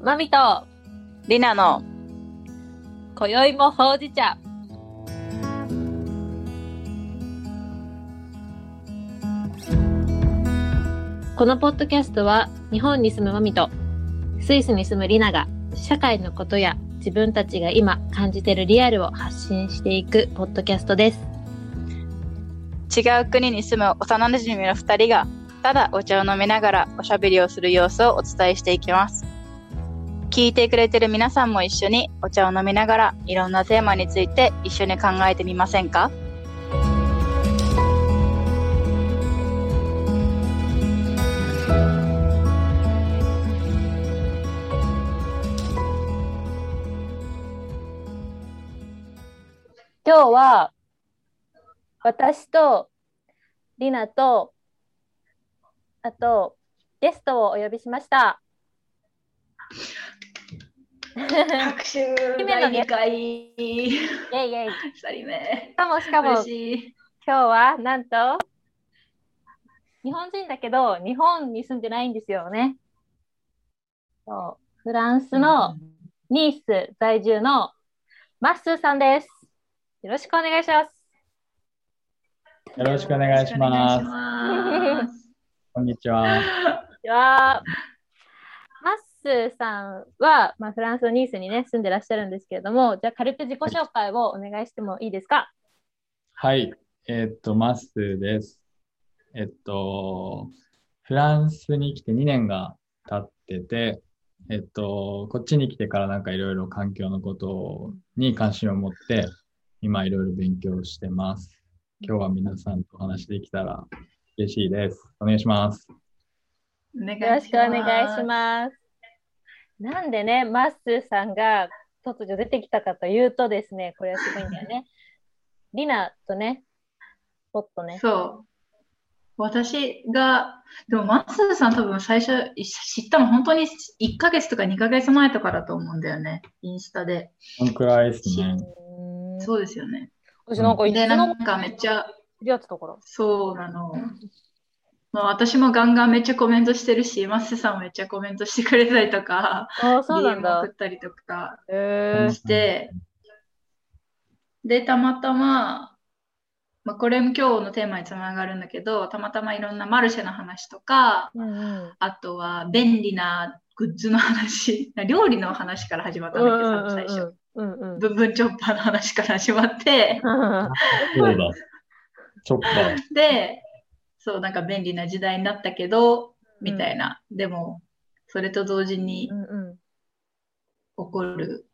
マミと、りなの。今宵もほうじ茶。このポッドキャストは、日本に住むマミと、スイスに住むリナが、社会のことや自分たちが今感じているリアルを発信していくポッドキャストです。違う国に住む幼馴染の2人が、ただお茶を飲みながらおしゃべりをする様子をお伝えしていきます。聞いてくれてる皆さんも一緒にお茶を飲みながらいろんなテーマについて一緒に考えてみませんか今日は私とリナとあとゲストをお呼びしました。拍手姫の第ゲス2ト回2イェイイェイ。し人目かもしかも嬉今しい日はなんと日本人だけど日本に住んでないんですよね。そうフランスのニース在住のマッスーさんです。よろしくお願いします。よろしくお願いしますよろしくお願いしますこんにちは。こんにちは。マッスーさんは、まあ、フランスのニースにね、住んでらっしゃるんですけれども、じゃあ軽く自己紹介をお願いしてもいいですかはい。えっと、マスです。えっと、フランスに来て2年が経ってて、えっと、こっちに来てからなんかいろいろ環境のことに関心を持って、今いろいろ勉強してます。今日は皆さんとお話できたら嬉しいです。お願いします。お願いしますよろしくお願いします。なんでね、マッスーさんが突如出てきたかというとですね、これはすごいんだよね。リナとね、ポッとね、そう私がでもマスさん多分最初い知ったの本当に1ヶ月とか2ヶ月前とかだと思うんだよねインスタでこんくらいですね。うーんそうですよね私なんかいでつなのんかめっちゃやつところ。そうなのまあ私もガンガンめっちゃコメントしてるし、マスさんもめっちゃコメントしてくれたりとか、ああ、そうなん DM だ送。ったりとか、へえー。して、で、たまたま、まあ、これも今日のテーマにつながるんだけど、たまたまいろんなマルシェの話とか、うんうんあとは便利なグッズの話、 料理の話から始まったんだけど、最初。うんうんうんブンブンチョッパーの話から始まって、 うん。そうだ。チョッパー。で、そう、なんか便利な時代になったけど、みたいな。でも、それと同時にうんうん起こる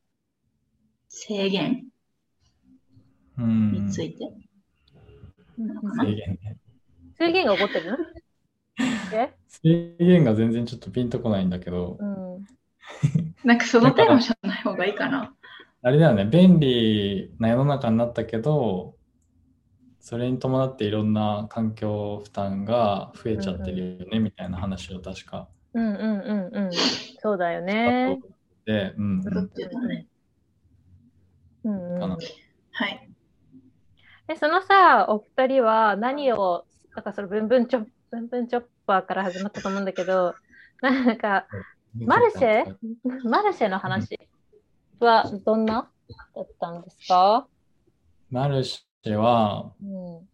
制限うん。についてなのかな。制限ね。制限が起こってるえ、制限が全然ちょっとピンとこないんだけど、うん、なんかそのテーマじゃない方がいいかな。あれだよね、便利な世の中になったけど、それに伴っていろんな環境負担が増えちゃってるよね、みたいな話を確かうんうんうんうんそうだよあったねと、で、うんうどっん、ちだね。うんかうんな、はい。でそのさお二人は何をなんかそのブンブンチョブンブンチョッパーから始まったと思うんだけどなんかマルシェマルシェの話はどんなだったんですか、マルシェは、うん、うん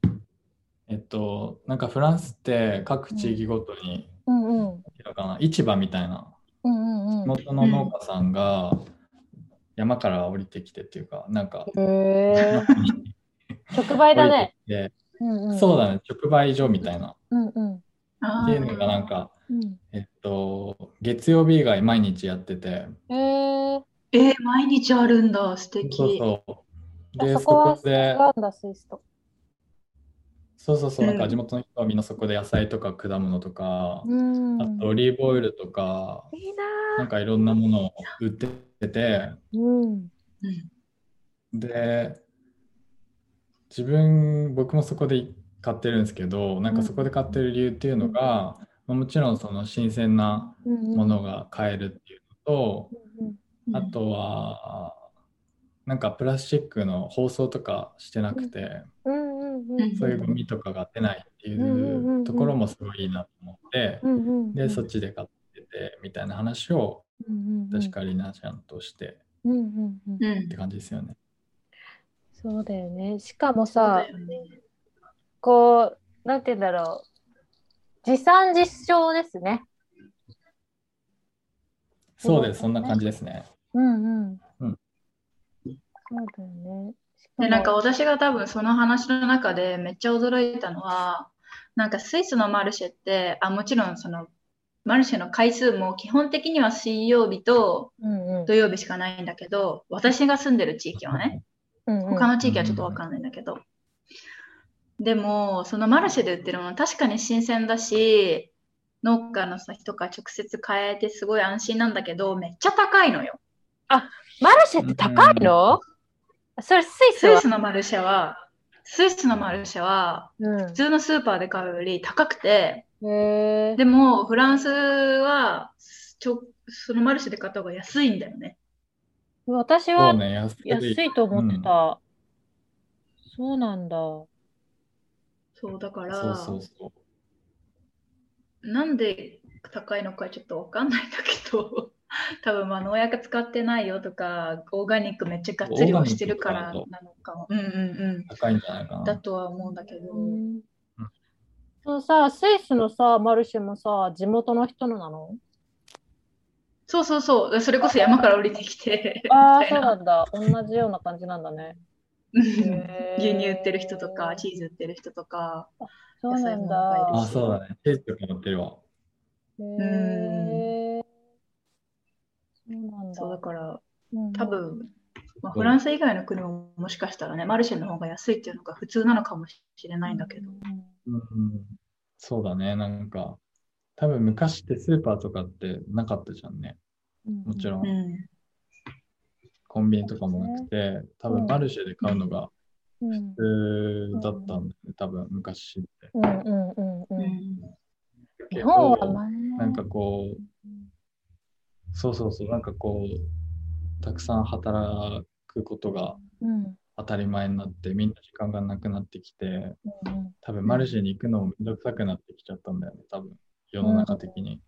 えっと、なんかフランスって各地域ごとに、うんなんていうのかな市場みたいなうんうん地元の農家さんが山から降りてきてっていうか、なんか、へえ直売だね、降りてうんうん、そうだだね、直売所みたいな。うんうんあっーていうのがなんか、うんえっと、月曜日以外毎日やってて、へええー毎日あるんだ、素敵。そうそう。で、そそこはこ違で、うんだスイスとそうそうそう、うなんんか地元の人はみんなそこで野菜とか果物とか、うんあとオリーブオイルとか、いいななんかいろんなものを売ってて、うんうんで、自分、僕もそこで買ってるんですけど、なんかそこで買ってる理由っていうのが、まあもちろんその新鮮なものが買えるっていうのと、あとは、なんかプラスチックの包装とかしてなくて、うんうんうんんそういうゴミとかが出ないっていんうんうんうんうところもすごいいいなと思って、うんうんで、そっちで買っててみたいな話をうんうんうん確かりなちゃんとしてうんうんうんうっんて。感じですよね。そうだよね。しかもそうさだ、よねこう、なんて言うんだろう。持参実証ですね。そうです、そんな感じですね。うんうん。うんそうだよね。しもで、なんか、私が多分その話の中でめっちゃ驚いたのは、なんかスイスのマルシェって、あ、もちろんそのマルシェの回数も基本的には水曜日とうんうん土曜日しかないんだけど、私が住んでる地域はね、うんうん他の地域はちょっとわかんないんだけど。でも、そのマルシェで売ってるもの確かに新鮮だし、農家の人から直接買えてすごい安心なんだけど、めっちゃ高いのよ。マルシェって高いの、それスイススイはスのマルシェは、スイスのマルシェは、うん普通のスーパーで買うより高くて、へでもフランスはちょそのマルシェで買った方が安いんだよね。ー私そはうね、安い。安いと思ってた。そうなんだ。そうだから、そうそうそう。なんで高いのかちょっとわかんないんだけど、多分まあ農薬使ってないよとか、オーガニックめっちゃがっつり押してるからなのかも。うんうんう高いんじゃないかん。だな。とは思うんだけど。そのさ、スイスのさ、マルシェもさ、地元の人のなのそうそうそう、それこそ山から降りてきて、ああ、みたそういななんだ。同じような感じなんだね。うんへー牛乳売ってる人とか、チーズ売ってる人とか、そうなんだ野菜もいっぱいいるあ、しそうだね。ページとか持ってるわ。へーそうなんだ。そうだからうん多分、まあ、フランス以外の国ももしかしたらね、マルシェの方が安いっていうのが普通なのかもしれないんだけど。うん。そうだね、なんか。多分昔ってスーパーとかってなかったじゃんね。うん、もちろうんん。コンビニとかもなくて、多分マルシェで買うのがうん。うん普通だったんだよね、多分昔って。うんうんう。うんん。日本けはど前なんかこう、そうそうそう、なんかこう、たくさん働くことがうん当たり前になって、みんな時間がなくなってきて、うん多分マルシェに行くのもめんどくさくなってきちゃったんだよね、多分世の中的に。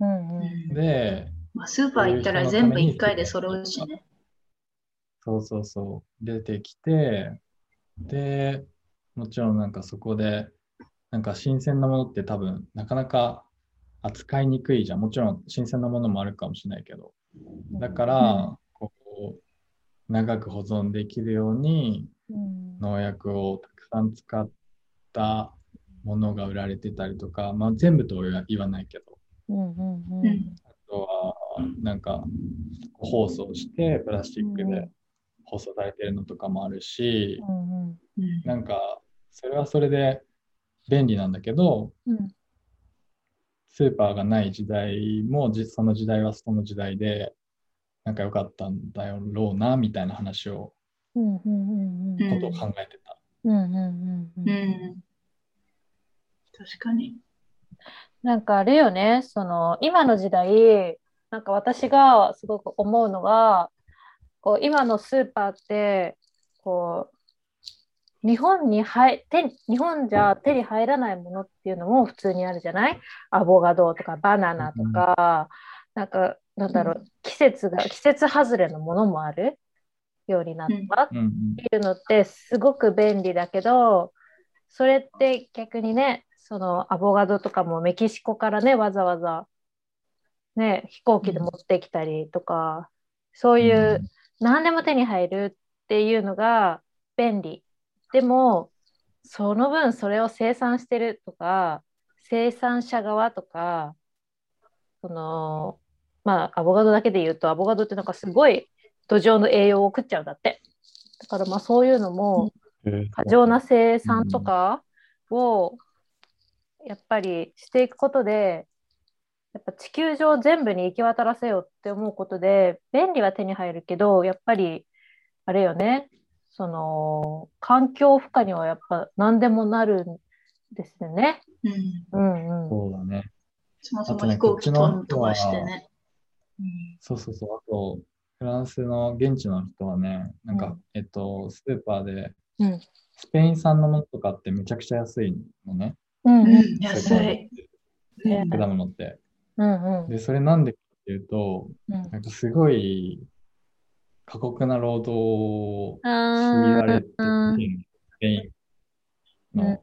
うんうんで、まあ、スーパー行ったら全部1回で揃うしね。そうそうそう、出てきて、で、もちろんなんかそこで、なんか新鮮なものって多分なかなか扱いにくいじゃん。もちろん新鮮なものもあるかもしれないけど。だから、こう、長く保存できるようにうん農薬をたくさん使ったものが売られてたりとか、まあ全部とは言わないけど、うんうんううんん。あとはなんか包装してプラスチックうでん包装されてるのとかもあるし、うんうんうんなんか、それはそれで便利なんだけど、うんスーパーがない時代も、じその時代はその時代で、なんか良かったんだろうな、みたいな話を、うんうんうんうんことを考えてた。うんうんうんううんん。確かに。なんかあれよね、その今の時代、なんか私がすごく思うのが、こう今のスーパーって、こう、日本に入手に日本じゃ手に入らないものっていうのも普通にあるじゃないアボカドとかバナナとか、なんか、なんだろう、季節が、季節外れのものもあるようになったうんうん、っていうのってすごく便利だけどそれって逆にねそのアボカドとかもメキシコからねわざわざ、ね、飛行機で持ってきたりとか、そういう、何でも手に入るっていうのが便利でもその分それを生産してるとか生産者側とかそのまあアボカドだけで言うとアボカドってなんかすごい土壌の栄養を食っちゃうんだってだからまあそういうのも過剰な生産とかをやっぱりしていくことでやっぱ地球上全部に行き渡らせようって思うことで便利は手に入るけどやっぱりあれよねその環境負荷にはやっぱ何でもなるんですよね。うん。うんうん。そうだね。そもそあともね飛行機こっち飛のん人飛はばしてね。うんそうそうそう。あと、フランスの現地の人はね、なんか、うんえっと、スーパーで、うんスペイン産のものとかってめちゃくちゃ安いのね。うんううんん、安い。ね果物って。うんうんで、それなんでっていうと、うんなんかすごい過酷な労働を強いらあれてー全員の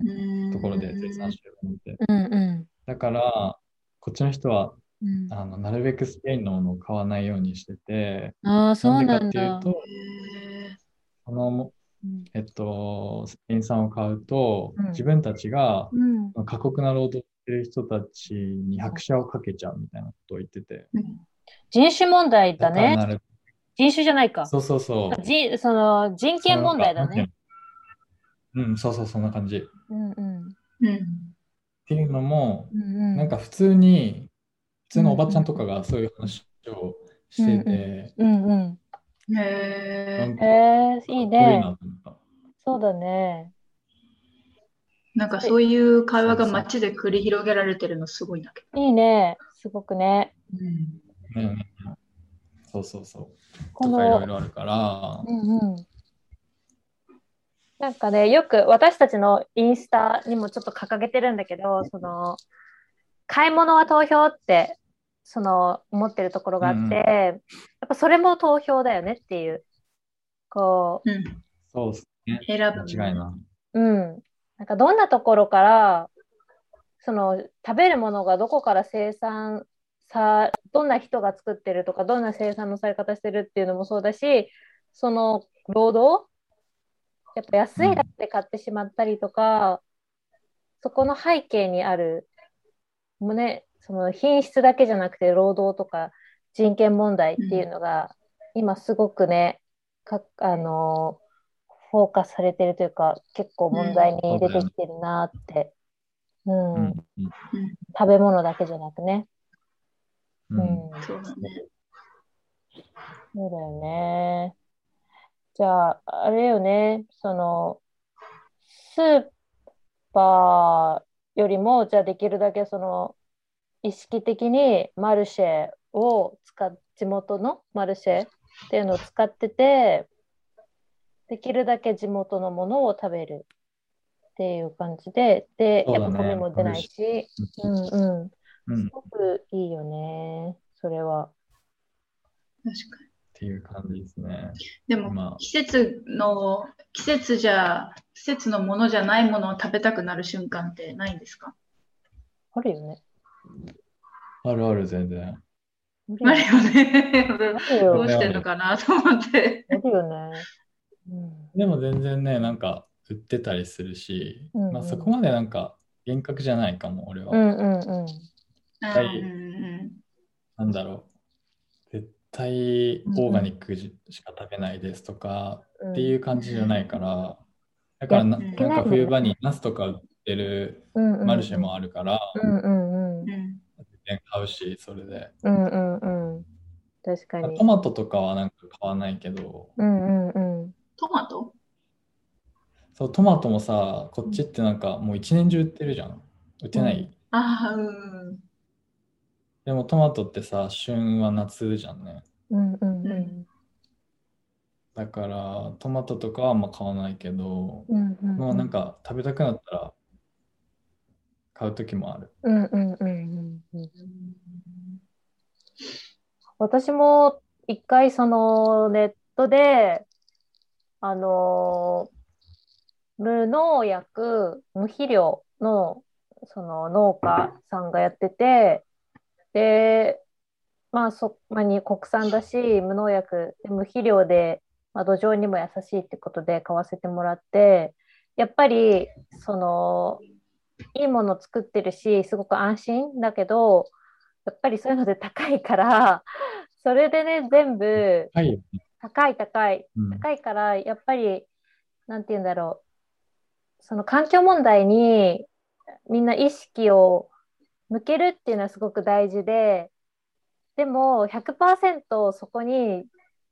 うんところで生産してるものって。うんうだから、こっちの人はんうんあのなるべくスペインのものを買わないようにしてて、ああ、そうでなかんっていうだ。と、その、うんえっと、スペイン産を買うとうん、自分たちがうん過酷な労働をしてる人たちに拍車をかけちゃうみたいなことを言ってて。人種問題だからねな。る人種じゃないか。そうそうそう。人その人権問題だね。うん、そうそう、そんな感じ。っうんうんうんていうのも、うんなんか普通に、普通のおばちゃんとかがそういう話をしてて、うんうんうんなへんーへかえいいねかっこいいなと思っそうだねなんかそういう会話が街で繰り広げられてるのすごいんだけいいねすごくねど。うんた。うんそうそうそう。ことかいろいのろあるから、うんうんなんかねよく私たちのインスタにもちょっと掲げてるんだけどその買い物は投票ってその思ってるところがあって、うんうんやっぱそれも投票だよねっていうこううん、そうですね。選ぶ。間違いない。うん。なんかどんなところから、その食べるものがどこから生産さ、どんな人が作ってるとか、どんな生産のされ方してるっていうのもそうだし、その労働、やっぱ安いだって買ってしまったりとか、そこの背景にある、もうね、その品質だけじゃなくて労働とか人権問題っていうのが、今すごくね、かあのフォーカスされてるというか、結構問題に出てきてるなって。うんうんうん食べ物だけじゃなくね。うんうんそうだね。そうだよね。じゃあ、あれよね、その、スーパーよりも、じゃあできるだけその、意識的にマルシェを使っ、地元のマルシェっていうのを使ってて、できるだけ地元のものを食べるっていう感じで、で、そうやっだぱねゴミも出ないし、ううんんうん、うんすっごくいいよね、それは。確かに。ていう感じですね。でも、まあ季節の、季節じゃ、季節のものじゃないものを食べたくなる瞬間ってないんですかあるよね。あるある、全然。あるよあねるあよね。るどようしてんのかなと思って。あるよね。うんでも全然ね、なんか売ってたりするし、うんうんまあ、そこまでなんか厳格じゃないかも、俺は。うんうんうん。はいうんなんだろう。絶対オーガニックじしか食べないですとかうんっていう感じじゃないから、だからなうんなんか冬場にナスとか売ってるうんうんマルシェもあるから、うんうんうんうんうん全然買うし、それで。うんうんうん。確かにト。マトとかはなんか買わないけど、うんうんうん。トマトそうトマトもさ、こっちってなんかもう一年中売ってるじゃん。売ってない。ああ、うん。でもトマトってさ、旬は夏じゃんね。うんうんううんん。だからトマトとかはあんま買わないけど、うんうんうん。もうなんか食べたくなったら買う時もある。うんうんうんうんうん。私も一回そのネットで、あのー無農薬、無肥料のその農家さんがやってて、で、まあそ、まあ、に国産だし、無農薬、無肥料で、まあ、土壌にも優しいってことで買わせてもらって、やっぱり、その、いいもの作ってるし、すごく安心だけど、やっぱりそういうので高いから、それでね、全部、はい。高い高い、うん高いから、やっぱり、なんて言うんだろう、その環境問題にみんな意識を向けるっていうのはすごく大事で、でも100%そこに、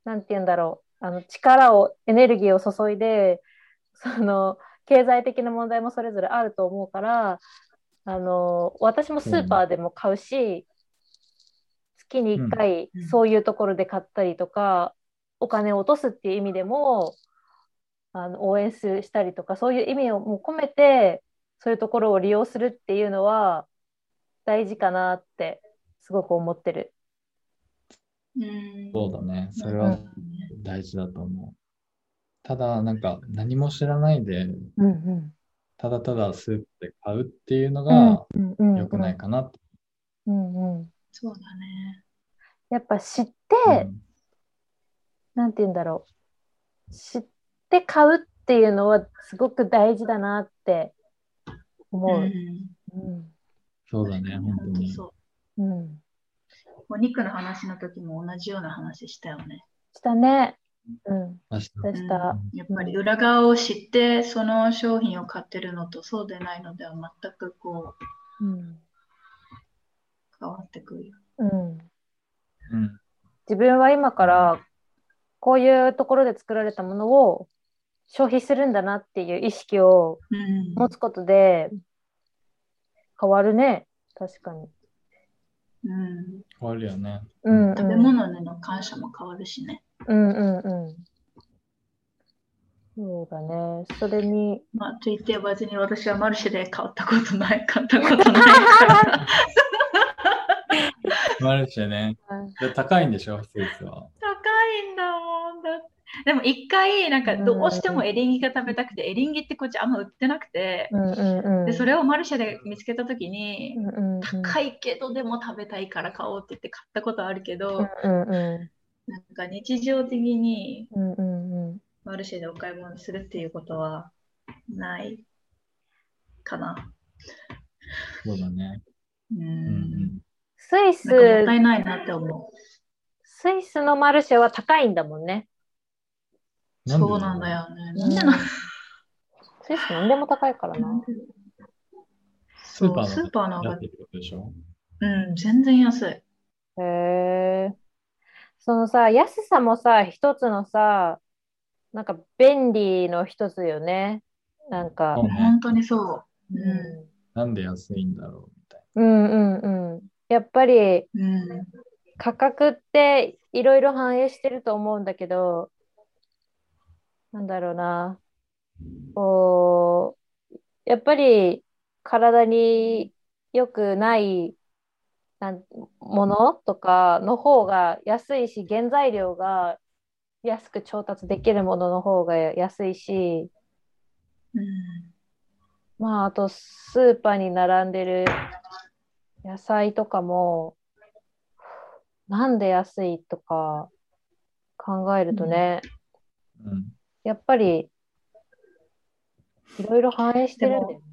なんて言うんだろう、あの力を、エネルギーを注いで、その、経済的な問題もそれぞれあると思うから、あの、私もスーパーでも買うし、月に1回うんそういうところで買ったりとか、お金を落とすっていう意味でもあの応援するしたりとかそういう意味をもう込めてそういうところを利用するっていうのは大事かなってすごく思ってる。うん。そうだね。それは大事だと思う。ただ、なんか何も知らないで、うんうんただただスープで買うっていうのがうんうんうん良くないかなって。うんうんそうだね。やっぱ知って、うんなんて言うんだろう知って買うっていうのはすごく大事だなって思う。うんそうだね、本当本当に。そう。うん、お肉の話の時も同じような話したよね。したね。うん、明日でした。やっぱり裏側を知って、その商品を買ってるのとそうでないのでは全くこううん変わってくるよ。うん、うん。自分は今からこういうところで作られたものを消費するんだなっていう意識をうん持つことで変わるね確かに、うん、変わるよね。うんうん、食べ物への感謝も変わるしね。うんうんうんそうだねそれにまあ、と言って別に私はマルシェで買ったことない、買っ たことないから。マルシェね。で高いんでしょ、スイーツは。高いんだもんだって。でも一回、なんかどうしてもエリンギが食べたくて、エリンギってこっちあんま売ってなくて、うんうんうんでそれをマルシェで見つけたときにう、んうんうん高いけどでも食べたいから買おうって言って買ったことあるけど、うんうなんか日常的んにうんうんうんマルシェでお買い物するっていうことはないかな。そうだね。う。うんんスイスなんかもったいないなって思う。スイスのマルシェは高いんだもんねうん。そうなんだよね。なんでうんなんスイス何でも高いからなスーパーのスーパーの方がだってってことでしょうん、全然安い。へえ。そのさ、安さもさ、一つのさ、なんか便利の一つよね。なんかそう、ね本。当にそう。うなんで安いんだろうみたいうんうんうん。やっぱりうん。価格っていろいろ反映してると思うんだけど、なんだろうな。こう、やっぱり体に良くないなんものとかの方が安いし、原材料が安く調達できるものの方が安いし、うん。まあ、あとスーパーに並んでる野菜とかも、なんで安いとか考えるとね、な。うん。やっぱりいろいろ反映してるんだよね。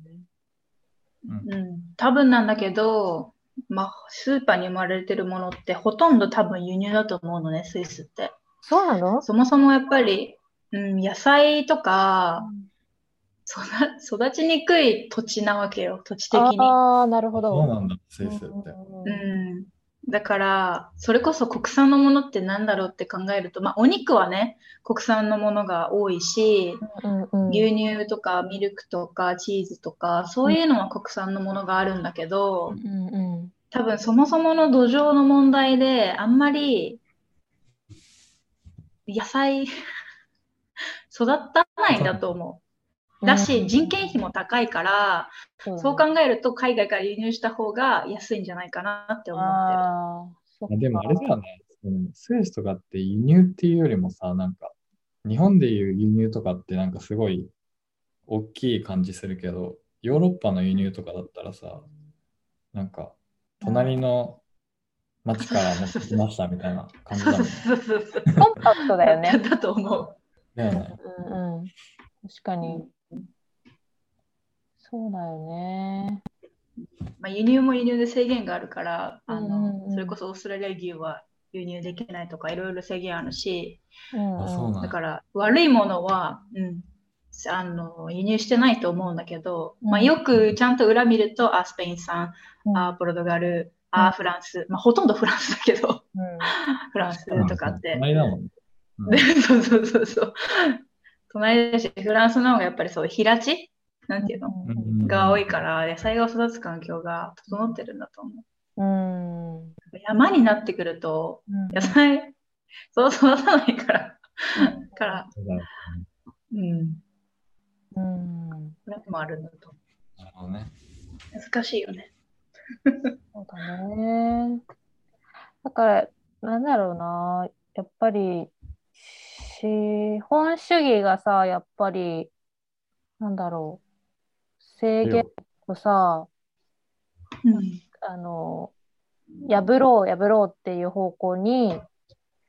うん、多分なんだけど、まあ、スーパーに生まれてるものってほとんど多分輸入だと思うのね、スイスって。そうなのそもそもやっぱり、うん、野菜とか育育ちにくい土地なわけよ、土地的に。ああ、なるほど。そうなんだ、スイスって。うんうん、だから、それこそ国産のものってなんだろうって考えると、まあ、お肉はね、国産のものが多いし、うんうん牛乳とかミルクとかチーズとか、そういうのは国産のものがあるんだけど、うんうん多分そもそもの土壌の問題であんまり野菜 育たないんだと思う。だし人件費も高いから、そうそう考えると海外から輸入した方が安いんじゃないかなって思っあああでもあれだね、そのスイスとかって輸入っていうよりもさ、なんか、日本でいう輸入とかってなんかすごい大きい感じするけど、ヨーロッパの輸入とかだったらさ、なんか、隣の町から持ってきましたみたいな感じだもんね。てる。コンパクトだよね。 だと思う。だよね。うんうん、確かに。そうだよね。まあ、輸入も輸入で制限があるから、あうんうんうのんそれこそオーストラリア牛は輸入できないとかいろいろ制限あるし、うんうんあ、そうなんだだ。から悪いものは、うん、あの輸入してないと思うんだけど、うんまあ、よくちゃんと裏見るとあスペイン産、うんあポルトガル、うんあフランス、まあ、ほとんどフランスだけど うんフランスとかって、隣だもんね。で そうそうそうそう隣だしフランスの方がやっぱりそう平地なんていうの、うん が多いから野菜が育つ環境が整ってるんだと思ううんうん山になってくると野菜そう育たないからから、そうだようん、うんそれもあるんだと思なるほどね。う難しいよねそうだね。だから、なんだろうな、やっぱり、資本主義がさ、やっぱり、なんだろう、制限をさ、うんあの、破ろう、破ろうっていう方向に、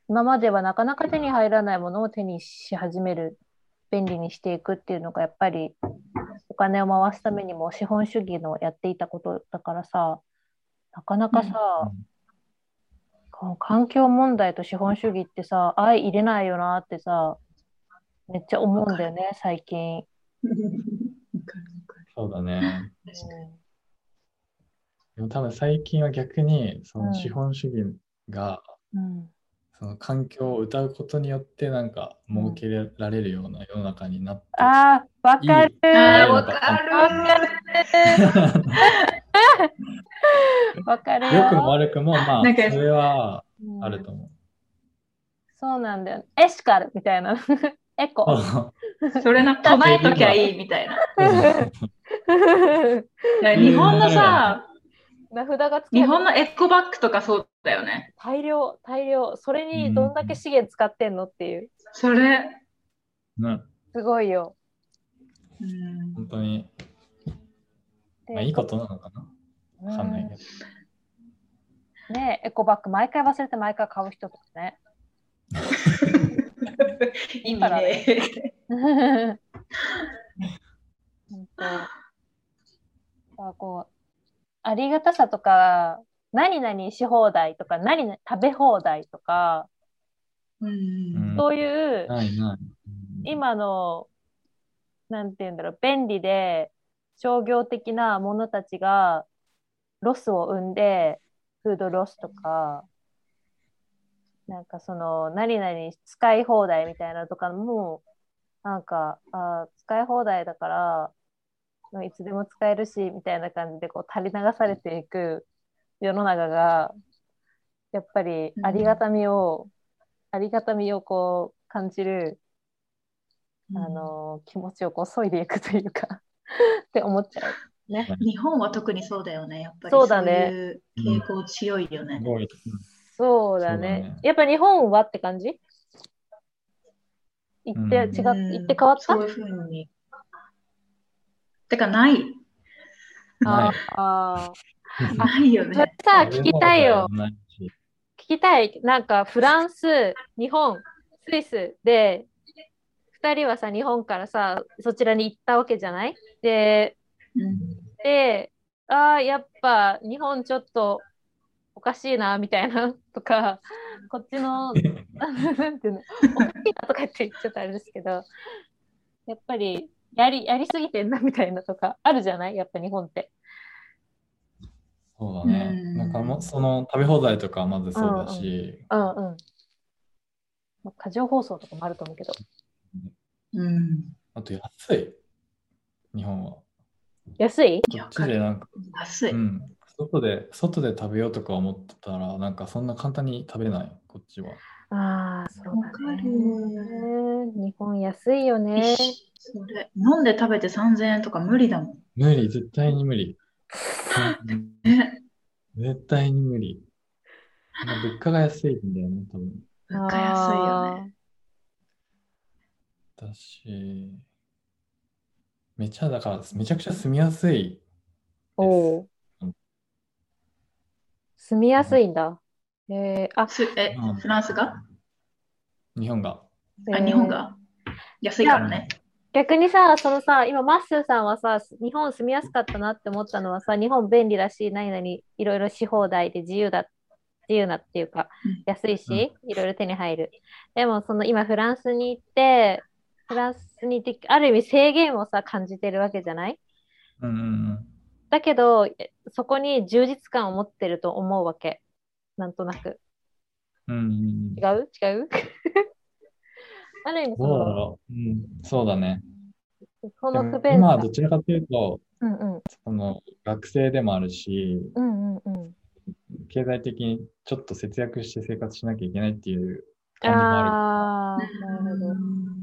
今まではなかなか手に入らないものを手にし始める、便利にしていくっていうのが、やっぱり、お金を回すためにも資本主義のやっていたことだからさ、なかなかさ、こう環境問題と資本主義ってさ、相入れないよなってさ、めっちゃ思うんだよね、最近。わかるわかるそうだね。確かうんでも多分最近は逆に、そうんの資本主義が、うんその環境を謳うことによって、なんか、儲けられるような世の中になってきああ、わかるいにあーわわかるかるわかるわかるて、良くもよ。悪くも、まあ、なんかそれはあうるんと思う。そうなんだよ。エシカルみたいな。 エコ。 それな、唱えときゃいいみたいな。だから日本のさ、 名札がつけ日られて本のエコバッグとかそうだよね。大量、大量。それにどんだけ資源使ってんのっていう。それ、ね、すごいよ。うん本当に、でまあ、いいことなのかなわかんないけど。うんねえエコバッグ、毎回忘れて毎回買う人とかね。 意味ね。本当。あこうありがたさとか、何々し放題とか、何々食べ放題とか、うんそういうないない。今の、なんて言うんだろう、便利で商業的なものたちがロスを生んで、フードロスとか、なんかその、何々使い放題みたいなのとかも、なんか、あー使い放題だから、いつでも使えるし、みたいな感じでこう垂れ流されていく世の中が、やっぱりありがたみを、ありがたみをこう感じるあの気持ちをこう削いでいくというか って思っちゃう。日本は特にそうだよね、やっぱり。そうだねそういう傾向強いよねす。ごい。そうだそうだねね。やっぱ日本はって感じ行って、うん違うんう、行って変わったそういうふうに。てか、ない。ない。あうんあないよー。それね。さ、聞きたいよ。ないし。聞きたい。なんか、フランス、日本、スイスで、二人はさ、日本からさ、そちらに行ったわけじゃないで、うんで、ああ、やっぱ日本ちょっとおかしいな、みたいな、 とか、こっちの、なんていうの、おかしいなとかって言っちゃったあれですけど、やっぱり、やり、やりすぎてんな、みたいなとか、あるじゃないやっぱ日本って。そうだねう。んなんかもうその食べ放題とかはまずそうだし、うんうん。まあ過剰放送とかもあると思うけど。うん。あと安い。日本は。安いいやこわっちかるでなんか、。安いうん。外で、外で食べようとか思ってたら、なんかそんな簡単に食べれない、こっちは。ああ、そうわかだね。る。日本安いよね。それ飲んで食べて3000円とか無理だもん。無理、絶対に 無理。ね、絶対に無理。なんか物価が安いんだよね、多分。物価安いよね。だし、めちゃだから、めちゃくちゃ住みやすい。おおうん。住みやすいんだ。えー、あ、すえ、うんフランスが日本が。えあ、ー日本が安いからね。逆にさ、そのさ、今、マッスーさんはさ、日本住みやすかったなって思ったのはさ、日本便利だし、何々、いろいろし放題で自由だ、自由なっていうかうん、安いし、いろいろ手に入る。でも、その今、フランスに行って、フランスに行って、ある意味制限をさ、感じてるわけじゃないうんうんうん。だけど、えそこに充実感を持ってると思うわけ。なんとなく。うんうんうん違う違う ある意味そどうだの、ろう。うん、そうだね。そでのも不便今さは。どちらかというと、うんうんその学生でもあるし、うんうんうん。経済的にちょっと節約して生活しなきゃいけないっていう感じもあるからああー、なるほど。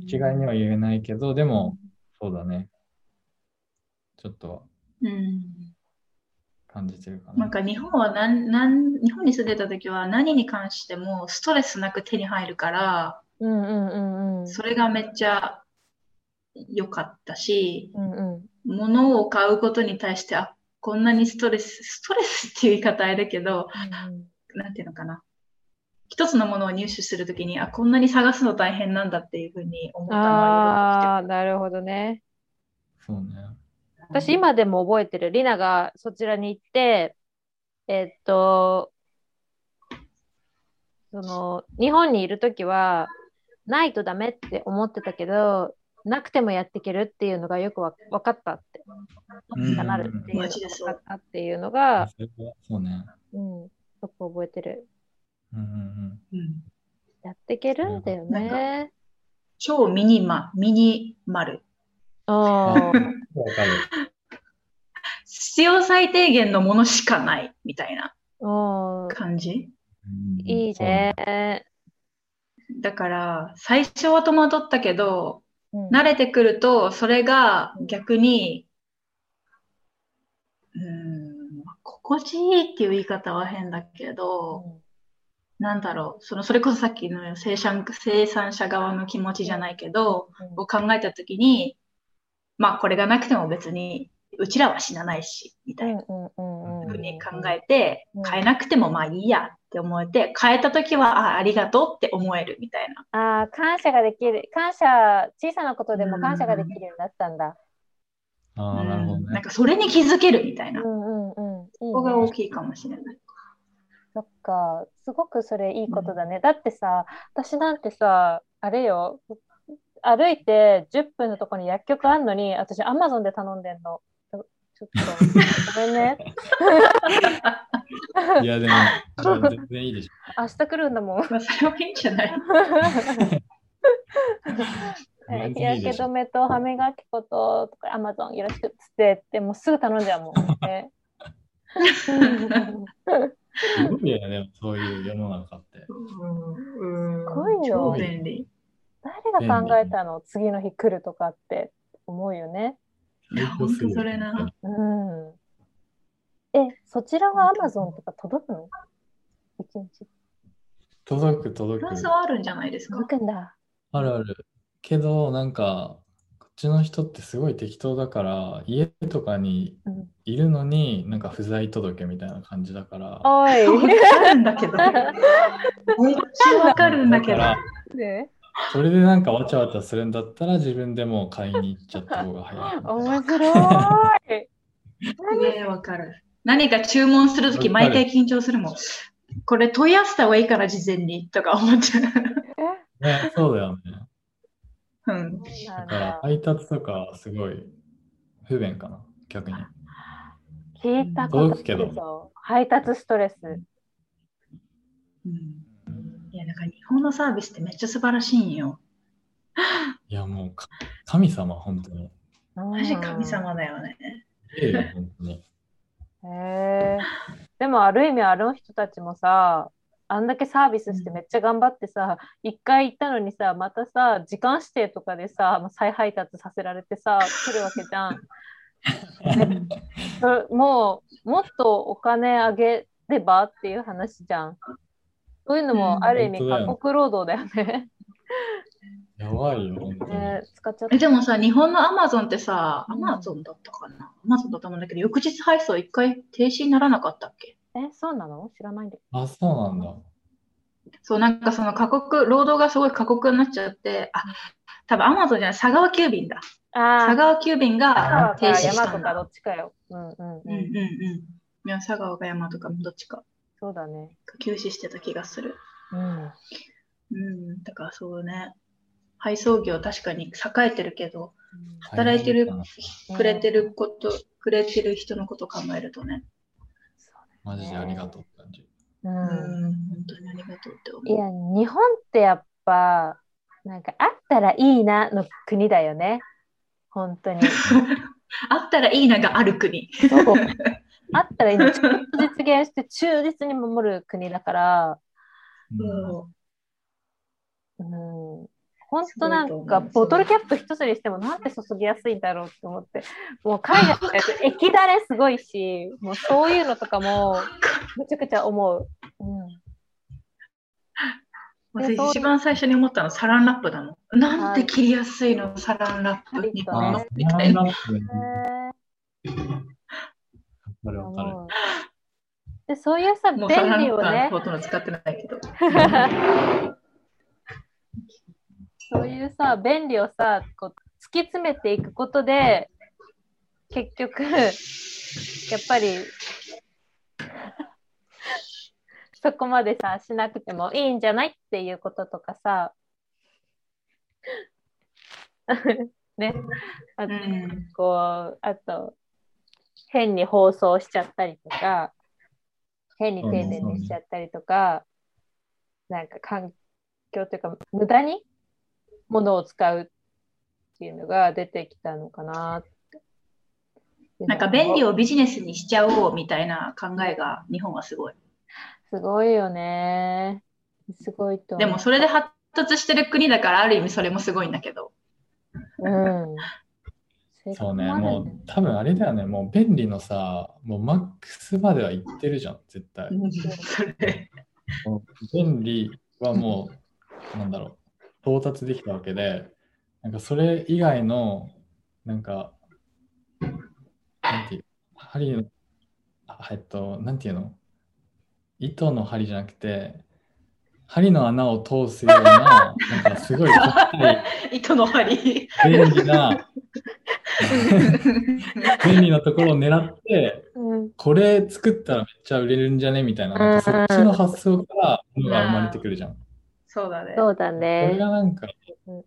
一概には言えないけど、でも、そうだね。ちょっとうん。考感じてるかな。なんか日本はなんなん日本に住んでた時は何に関してもストレスなく手に入るからうんうんうんうん。それがめっちゃ良かったしうんうん。物を買うことに対してあこんなにストレスストレスっていう言い方あれだけどなんていうのかな一つのものを入手するときにあこんなに探すの大変なんだっていうふうに思ったのはああ、なるほどね。そうね。よく私今でも覚えてる。リナがそちらに行って、えっと、その、日本にいるときは、ないとダメって思ってたけど、なくてもやっていけるっていうのがよくわ分かったって、うんなるっていうのマがジでそう分かったっていうのが、それはそうね。うん、よく覚えてる。うんうんうん。うんやっていけるんだよね。超ミニマミニマルああ、わかる。必要最低限のものしかないみたいなうん感じうんいいそうね。だから最初は戸惑ったけどうん慣れてくるとそれが逆にうーん心地いいっていう言い方は変だけど、なんだろうそのそれこそさっきの生産生産者側の気持ちじゃないけど、うんを考えた時にまあこれがなくても別にうちらは死なないしみたいな。うんうんうんうんふうに考えてうん、変えなくてもまあいいやって思えて、変えた時は、あありがとうって思えるみたいな。ああ、感謝ができる。感謝、小さなことでも感謝ができるようになったんだ。ああ、なるほどうんなねん。かそれに気づけるみたいうな。こんうんうん。いいこがね大きいかもしれない。そっか、すごくそれいいことだね。だってさ、私なんてさ、あれよ、歩いて10分のとこに薬局あんのに、私、アマゾンで頼んでんの。ちょちょっと、ごめん ね。いや、でも、全然いいでし ょ。明日来るんだもん。まあそれはいいんじゃない全然いい日でしょ焼け止めと歯磨き粉ととか、アマゾンよろしくっつってって、もうすぐ頼んじゃうもん、 ね。すごいよね、でも、そういう世の中って。うんすごいよ超便利。誰が考えたの次の日来るとかって思うよね。いやほんとそれな。うん。え、そちらはアマゾンとか届くの一日届く、フ届くラン。スはあるんじゃないですか。届くんだ。あるある。けど、なんか、こっちの人ってすごい適当だから、家とかにうんいるのに、なんか不在届みたいな感じだから。お い。わかるんだけど。めっちゃわかるんだけど。から、ねそれでなんかわちゃわちゃするんだったら、自分でもう買いに行っちゃった方が早い。面白い。ねえ、わかる。何か注文するとき、毎回緊張するもん。これ問い合わせた方がいいから、事前にとか思っちゃえね、そうだよね。う。うん。そうなだんから、だ。配達とか、すごい不便かな、逆に。聞いたこと届くけどぞ。配達ストレス。うんいや、なんか日本のサービスってめっちゃ素晴らしいんよ。いや、もうか、神様、本当に。ママジ神。様だよね。え え、本当に。へえ。でもある意味あの人たちもさ、あんだけサービスしてめっちゃ頑張ってさ、一回行ったのにさ、またさ、時間指定とかでさ、もう再配達させられてさ、来るわけじゃん。そもう、もっとお金あげればっていう話じゃん。そういうのもある意味うん本当だよ過酷労働だよね。やばいよ、本当に。ね使っちゃっえた。でもさ、日本のアマゾンってさ、アマゾンだったかなアマゾンだったんだけど、翌日配送一回停止にならなかったっけえ、そうなの知らないんだけあ、そうなんだ。そう、なんかその過酷、労働がすごい過酷になっちゃって、あ、多分アマゾンじゃない、佐川急便だ。ど。あ佐あ、川急便が山停止かした山んとかどだ。っちかよ。うんうんうんううんん。うん。いや、佐川か山とかどっちかそうだね。休止してた気がする。うん。うん、だからそうね。配送業確かに栄えてるけど、働いてる大変だなくれてること、くれてる人のこと考えるとね。マジでありがとうって感じ。うん、う本当にありがとうってん。い思う。や、日本ってやっぱ、なんかあったらいいなの国だよね。本当に。 あったらいいながある国。そう。あったらいいの。ちゃんと実現して忠実に守る国だから、うんもうん。本当なんすごいとか思うボトルキャップ一つにしてもなんて注ぎやすいんだろうって思って、もう海外って液だれすごいし、もうそういうのとか もめちゃくちゃ思う。うん、私そう一番最初に思ったのサランラップだもん。なんて切りやすいの、サランラップ。日本あのあ、みたサいンラな。ップね。それわかる。思うでそういうさ、便もうサラン利ラッをプはねほ、とんど使ってないけど。そういうさ、便利をさ、こう突き詰めていくことで、結局、やっぱり、そこまでさ、しなくてもいいんじゃないっていうこととかさ、 ね、あと、うんこう、あと、変に放送しちゃったりとか、変に丁寧にしちゃったりとか、なんか環境というか、無駄に物を使うっていうのが出てきたのかなって。なんか便利を。をビジネスにしちゃおうみたいな考えが日本はすごい。すごいよね。すごいと思う。でもそれで発達してる国だからある意味それもすごいんだけど。うん。そうね、もう多分あれだよね、もう便利のさ、もうマックスまでは行ってるじゃん、絶対。それ。もう便利はもう、なんだろう、到達できたわけで、なんかそれ以外の、なんか、なんていう、針の、あえっと、なんていうの糸の針じゃなくて、針の穴を通すような、なんかすごい硬い、糸の針。便利 な、便利なところを狙って、うん。これ作ったらめっちゃ売れるんじゃねみたいな、なんかそっちの発想からものが生まれてくるじゃん。こそうだね。そうだれね。がなんかうん、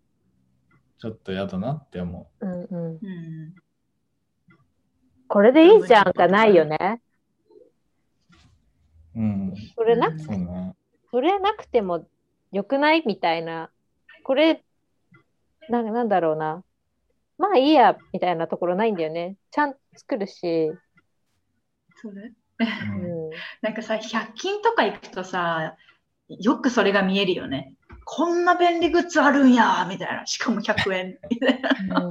ちょっと嫌だなって思うんうん。うんこれでいいじゃんがないよね。う。うん、これなくそうね。それなくても良くないみたいな、これ、ななんだろうな。まあいいや、みたいなところないんだよね。ちゃんと作るし。そうねううん。んなんかさ、100均とか行くとさ、よくそれが見えるよね。こんな便利グッズあるんやみたいな。しかも100円。う ん、確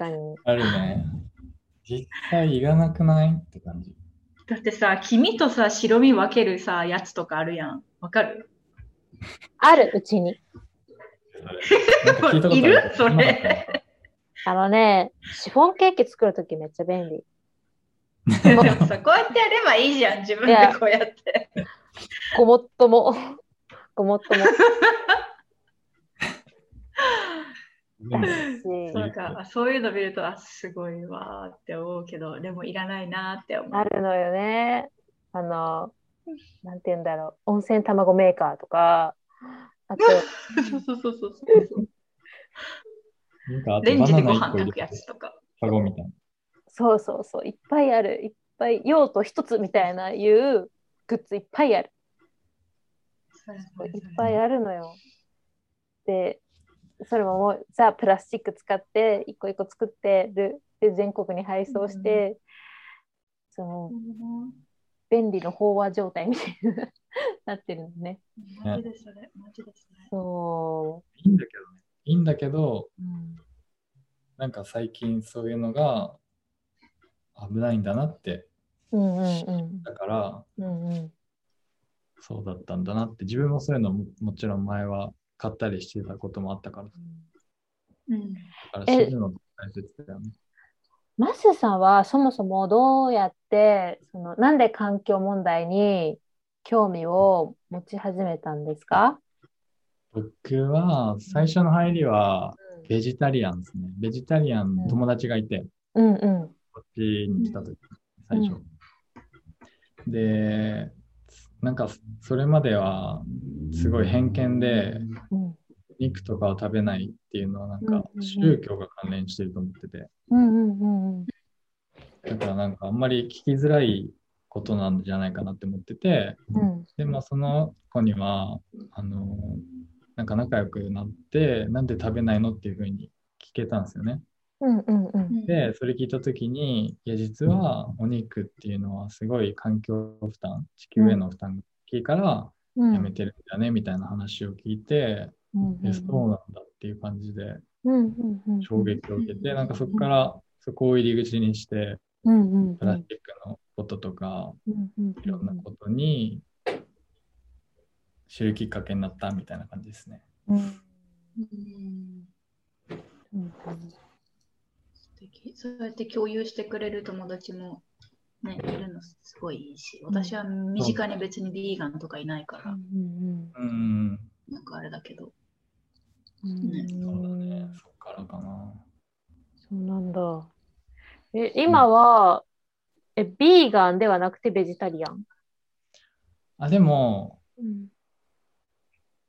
かに。あるね。実際いらなくないって感じ。だってさ、黄身とさ、白身分けるさ、やつとかあるやん。わか るあるうちに。なんか聞いたことあいるそれ。あのね、シフォンケーキ作るときめっちゃ便利。でもさ、こうやってやればいいじゃん。自分でこうやって。ごもっとも。ごもっともし。なかったうなんか、あそういうの見ると、あ、すごいわーって思うけど、でもいらないなーって思あう。るのよね。あの、なんて言うんだろう。温泉卵メーカーとか、あと、そうそうそうそうそう。うんなんか あレとンバジでナごナ飯1個炊入れくやてつとか。カゴみたいな。そうそうそう、いっぱいある。いっぱい、用途一つみたいないうグッズいっぱいある。いっぱいあるのよ。で、それももう、ザ・プラスチック使って、一個一個作ってる。で、全国に配送して、その、便利の飽和状態みたいななってるのね。マジでそれ、マジでそれ。そいいんだけどね。いいんだけど、う。うんなんか最近そういうのが危ないんだなって。うんうんだから、うん。うんうんそうだったんだなって、自分もそういうのももちろん前は買ったりしてたこともあったから、うんだからえそういうの大切だよね。マスさんはそもそもどうやってそのなんで環境問題に興味を持ち始めたんですか、僕は最初の入りはベジタリアンですね。ベジタリアンの友達がいて、うん、うんうんこっちに来た時、最初。で、なんかそれまではすごい偏見で、うん肉とかを食べないっていうのはなんうんうんかうん宗教が関連してると思ってて、うんうんうんだからなんかあんまり聞きづらいことなんじゃないかなって思ってて、うんで、まあ、その子には、あの、なんか仲良くなって、なんで食べないのっていうふうに聞けたんですよね。うんうんうんで、それ聞いたときに、いや、実はお肉っていうのはすごい環境負担、地球への負担が大きいからうんやめてるんだよね、みたいな話を聞いて、うんえ、そうなんだっていう感じでうんうんうん衝撃を受けて、なんかそこからそこを入り口にして、うんうんプラスチックのこととか、うんうんいろんなことに知るきっかけになったみたいな感じですね。うんうんうん素敵そうやって共有してくれる友達も、ね、いるのすごいいいし、私は身近に別にビーガンとかいないかうら、んうん、なんかあれだけど。うんそうだうねん。そっからかな。そうなんだ。え、今は、え、ビーガンではなくてベジタリアン。あ、でも、うん、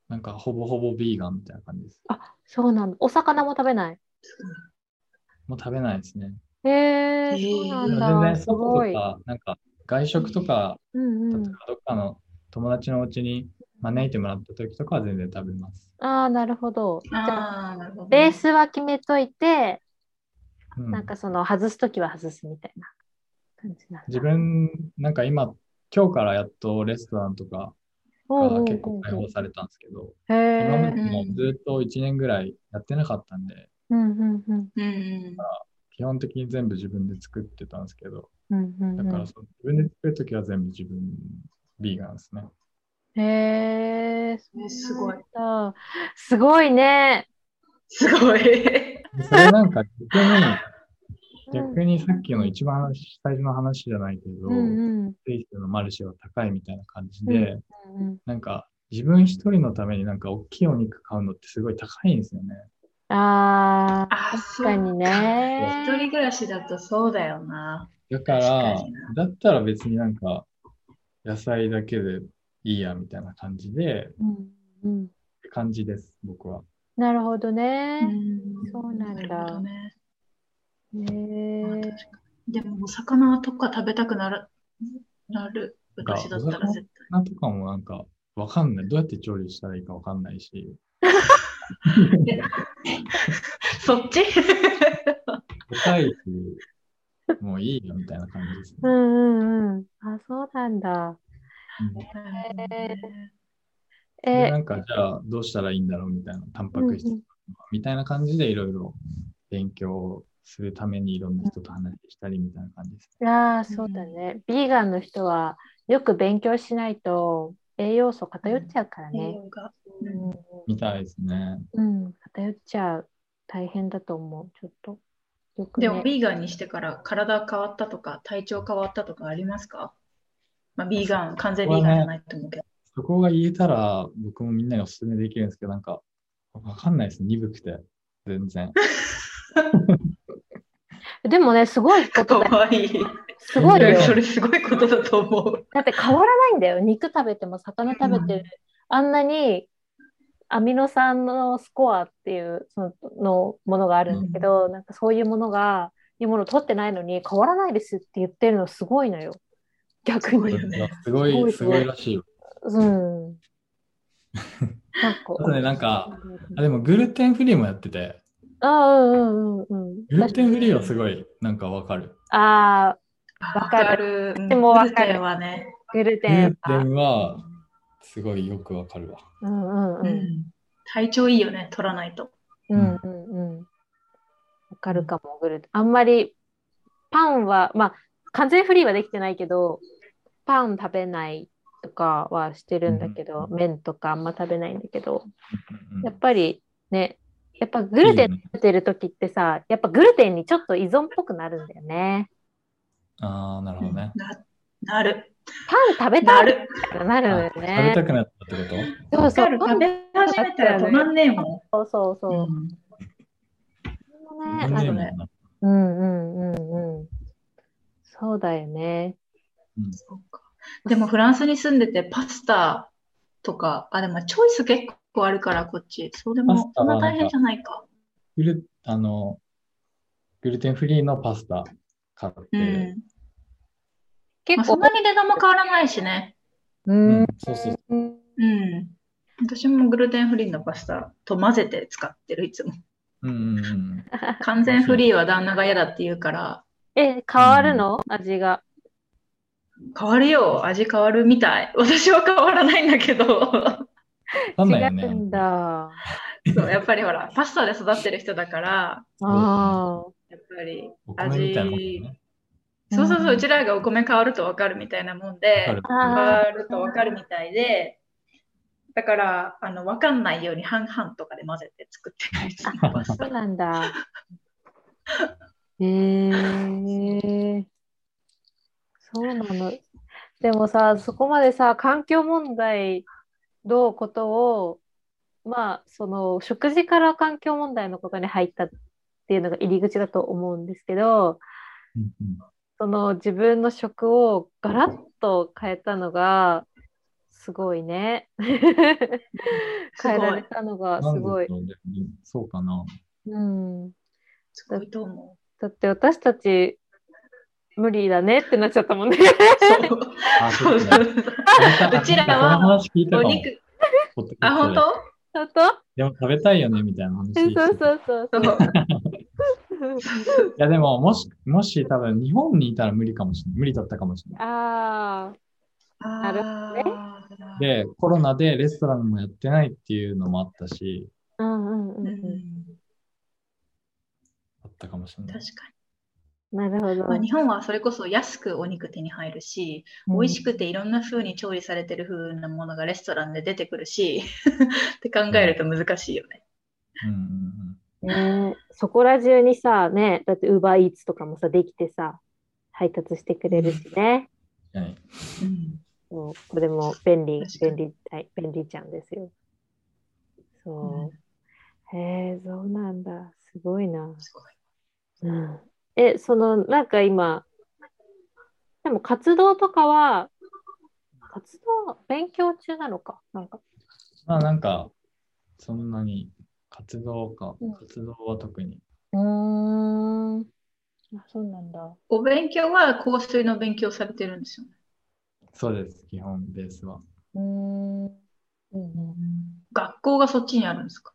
なんかほぼほぼビーガンみたいな感じです。そうなんだ。お魚も食べない。もう食べないですね。へえへえそうなでんも全だ。然す外ごいと。か、なんか外食とか、うん例うえばんどっ。かの友達のお家に招いてもらった時とかは全然食べます。ああ、なるほど。じゃあ、ああ、なるほど、ベースは決めといて、うん、なんかその外すときは外すみたいな感じなんだ。自分、なんか今、今日からやっとレストランとかおうおうおがう結構開放されたんですけど、へ今まえ。でもずっと1年ぐらいやってなかったんで、うんうんうん。うんうん。基本的に全部自分で作ってたんですけど、うんうんだうからんその自分で作るときは全部自分、ビーガンですね。へえ。そうなんだすごい。すごいね。すごい。 でそ れなんか逆に、逆にさっきうのん一番最初の話じゃないけど、うんうんスイスのマルシェは高いみたいな感じで、うんうんなんか自分一人のためになんか大きいお肉買うのってすごい高いんですよね。うん。ああ、あー、確そうかに。ね。一人暮らしだとそうだよな。だか確らかにな、だったら別になんか野菜だけでいいやみたいな感じで、うんうん。って感じです、僕は。なるほどね。んそうなんだなるほどね。まあね確かにでも、お魚とか食べたくなる、なる。私だったら絶対。なんとかもなんかわかんない。どうやって調理したらいいかわかんない し、そっち高いし、もういいよみたいな感じですうね。んうんうん。あ、そうなんだ。うん へでえな、んかじゃあどうしたらいいんだろうみたいな、タンパク質うんうんみたいな感じでいろいろ勉強するためにいろんな人と話したりみたいな感じです。ああ、そうだね。ビーガンの人はよく勉強しないと栄養素偏っちゃうから栄ね。養が。みたいですね。うん、うん偏っちゃう。大変だと思う。ちょっと。よくでも、ね。ビーガンにしてから体変わったとか、体調変わったとかありますかまあ、ビーガン、完全ビーガンじゃないと思うけど。そこが言えたら僕もみんなにお勧めできるんですけど、なんかわかんないです。鈍くて。全 然。でもね、すごいことかだよ。わいい。すごいよ。それすごいことだと思う。だって変わらないんだよ。肉食べても魚食べて、あんなにアミノ酸のスコアっていうそののものがあるんだけど、なんかそういうものが、いうものを取ってないのに変わらないですって言ってるのすごいのよ。逆すごいによ。ねすごい、すごいらしいよ。うん。なんか。あとね、なんか、あでもグルテンフリーもやってて、 あうんうんうんうん。グルテンフリーはすごいなんかわかる。ああ、わかる。でもわかるグルテンはね。グルグテンルテか。ンはすごいよくわかるわ。うんうんううん。ん。体調いいよね、取らないと。うんうんうん。わかるかも、グルテン。あんまり、パンは、まあ、完全フリーはできてないけど、パン食べないとかはしてるんだけうんどう、ん麺とかあんま食べないんだけど、うんやっぱりね、やっぱグルテンいいよね食べてる時ってさ、やっぱグルテンにちょっと依存っぽくなるんだよね。ああ、なるほどね。ななる。パン食べたないっる。てなるのよ食べね。たくなったってことそうわそかる。う、食べ始めたら止まんねえもそうそうそん。う。うんこれもねわかんあねえのもんなうんうんうんうん。そうだよね。うんそうかでも、フランスに住んでて、パスタとか、あ、でも、チョイス結構あるから、こっち。そうでパもス、タそんはな大変じゃないか。グルあのグルテンフリーのパスタ買って、うん。まあ、結そ構ん、なに値段も変わらないしね。ううんん、そうそううん。私もグルテンフリーのパスタと混ぜて使ってる、いつも。うんうんうん、完全フリーは旦那が嫌だって言うから、え、変わるの味が。 変わるよ、味変わるみたい。私は変わらないんだけど。わかんない違よね。うんだ。そうやっぱりほら、パスタで育ってる人だから、ああ。やっぱりお米みたいなもんだよ味、ね。そうそうそう、うちらがお米変わると分かるみたいなもんわかでる、。変あわると分かるみたいで、だから、あの、分かんないように半々とかで混ぜて作ってるやつあ そうなんだ。へえそうなの。でもさ、そこまでさ、環境問題のことを、まあ、その、食事から環境問題のことに入ったっていうのが入り口だと思うんですけど、うんうんその自分の食をガラッと変えたのが、すごいね。 変えられたのがすごい。なんでだろうねそう かな。うん。すごいと思う。だって私たち無理だねってなっちゃったもんね。あ、そううですそね。うそう。ううちらはこの話聞いたおかも。肉、ポッドキャストであ、本当本当でも食べたいよね、みたいな話。そういそうそうそうそう。や、でも、もし、もし多分、日本にいたら無理かもしれない。無理だったかもしれない。ああ、なるほね。で、コロナでレストランもやってないっていうのもあったし、うんうんうんううんあったかもしれない確。かん。なるほど。に、まあ、日本はそれこそ安くお肉手に入るし、美味しくていろんな風に調理されてる風なものがレストランで出てくるしって考えると難しいよね。うんうんうん。ねえそこら中にさ、ね、だってウーバーイーツとかもさ、できてさ、配達してくれるしね。はい。そうこれも便利、確か便に利、はい、便利ちゃんですよ。そう。へえ、そうなんだ。すごいな。すごいうんえ、その、なんか今、でも活動とかは、活動、勉強中なのか、なんか。まあ、なんか、そんなに、活動かうん、活動は特に。うん。あ、そうなんだ。お勉強は香水の勉強されてるんですよね。そうです、基本ベースは。うん。うん学校がそっちにあるんですか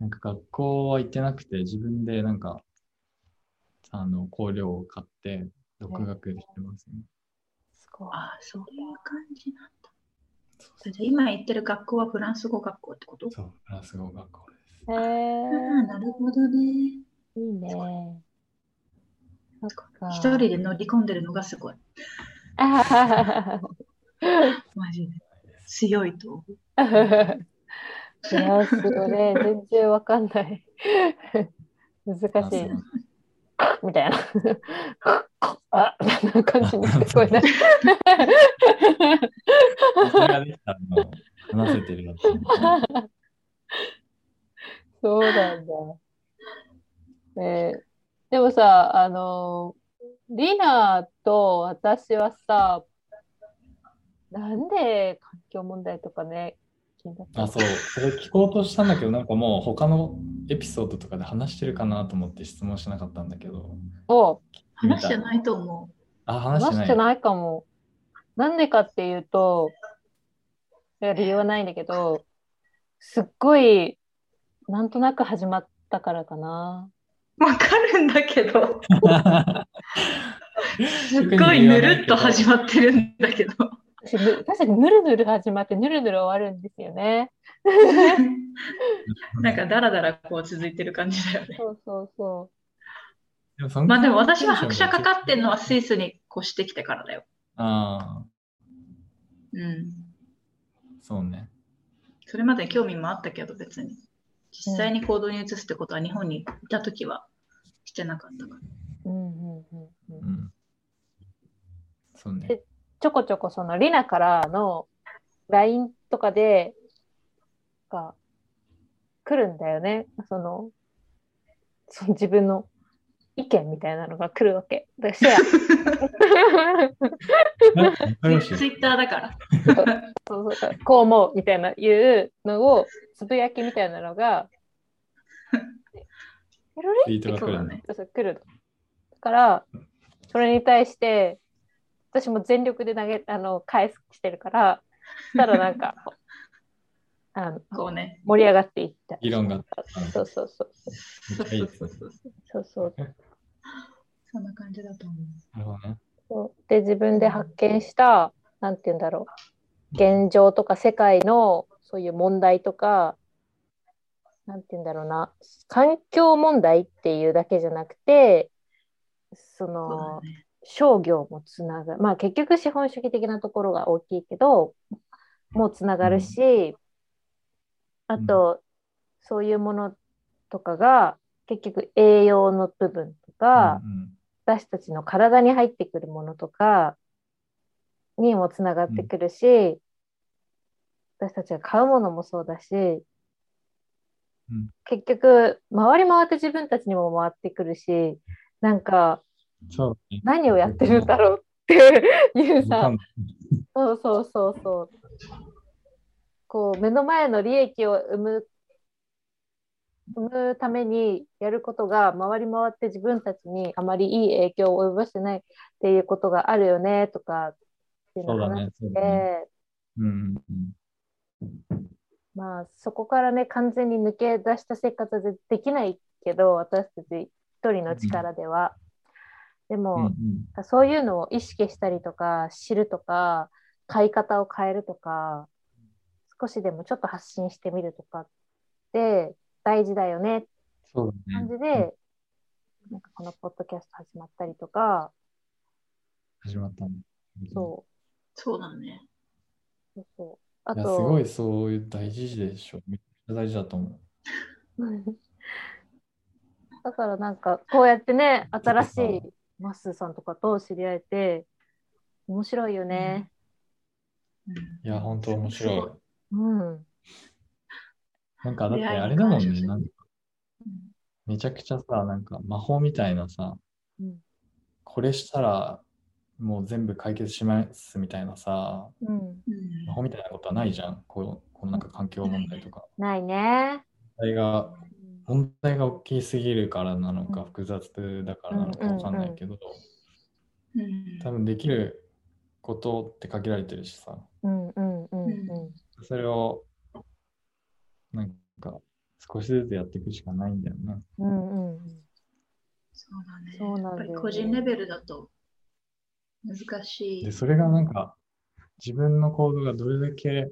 なんか学校は行ってなくて、自分でなんか、あの、香料を買って、独学してますね。すごい。ああ、そういう感じなんだ。じゃあ今行ってる学校はフランス語学校ってことそう、フランス語学校です。へあえ、あ、なるほどね。いいね。 そっか。一人で乗り込んでるのがすごい。あははマジで。強いと思う。は。いや、すごいね。全然わかんない。難しい。みたいな。あ、みたいな感じに聞こえない。あそれができたらもう話せてるよって思う。そうなんだ。ねえでもさ、あの、リナと私はさ、なんで環境問題とかね、気になったあ、そう。それ聞こうとしたんだけど、なんかもう他のエピソードとかで話してるかなと思って質問しなかったんだけど。を話してないと思あ、話して話なしい。てないかも。なんでかっていうと、いや理由はないんだけど、すっごい、なんとなく始まったからかな。う。わかるんだけど、すすっごいぬるっと始まってるんだけど。私確かにぬるぬる始まってぬるぬる終わるんですよね。ま なんかだらだらこう続いてる感じだよね。そうそうそ でもそんまあでも私が拍車かかってるのはスイスに越してきてからだよ。あうん。あ、そうね。それまでに興味もあったけど別に。実際に行動に移すってことは日本にいた時はしてなかったから。う。うんうんうんう、うんん。そうね。ちょこちょこそのリナからの LINE とかでが来るんだよね。そのその自分の意見みたいなのが来るわけ。でシェア。仲良しツイツイッターだから。そうそうそうこう思うみたいないうのをつぶやきみたいなのがペロリツイーそトが来うるだんだね。そうそう来るの。だから、それに対して、私も全力で投げ、あの、返すしてるから、したらなんか、あの、こうね。盛り上がっていった。議論があっそうそうそう。めっちゃいいですねそうそうそんな感じだと思う。なるほどね。そう。で、自分で発見した、なんて言うんだろう。現状とか世界のそういう問題とか、なんて言うんだろうな、環境問題っていうだけじゃなくて、その、商業もつながまあ結局資本主義的なところが大きいけど、もうつながるし、あと、そういうものとかが、結局栄養の部分とか、私たちの体に入ってくるものとかにもつながってくるし、私たちが買うものもそうだし、ん結局回り回って自分たちにも回ってくるしなんかそうね。何をやってるんだろうっていうわかさんないそうそうそうそうこう目の前の利益を生む生むためにやることが回り回って自分たちにあまりいい影響を及ぼしてないっていうことがあるよねとかっていうそうのだを話しね。そうて、だねうんうんうんまあそこからね完全に抜け出した生活はでできないけど私たち一人の力では、でうんうも、んそういうのを意識したりとか知るとか買い方を変えるとか少しでもちょっと発信してみるとかって大事だよねってそうだ感ね。じで、なんかこのポッドキャスト始まったりとか、始まったね。そそうだね。うそうそうあいや、とすごいそういう大事でしょ。めっちゃ大事だと思う。 だからなんかこうやってね新しいマッスーさんとかと知り合えて面白いよね。いや、本当面白い。うん。なんか、だって出会いにあれだもん感謝すね。るなんかめちゃくちゃさ、なんか魔法みたいなさ、うんこれしたらもう全部解決しますみたいなさ、うん、うん魔法みたいなことはないじゃん。こうこのなんか環境問題とか。ないね。問題が、問題が大きすぎるからなのか、うん複雑だからなのかわかんないけど、うん多分できることって限られてるしさ、うんうんうんうん。それをなんか少しずつやっていくしかないんだよね。うんうん。そうだね。そうやなっんぱだよねり個人レベルだと難しいで、。それがなんか自分の行動がどれだけ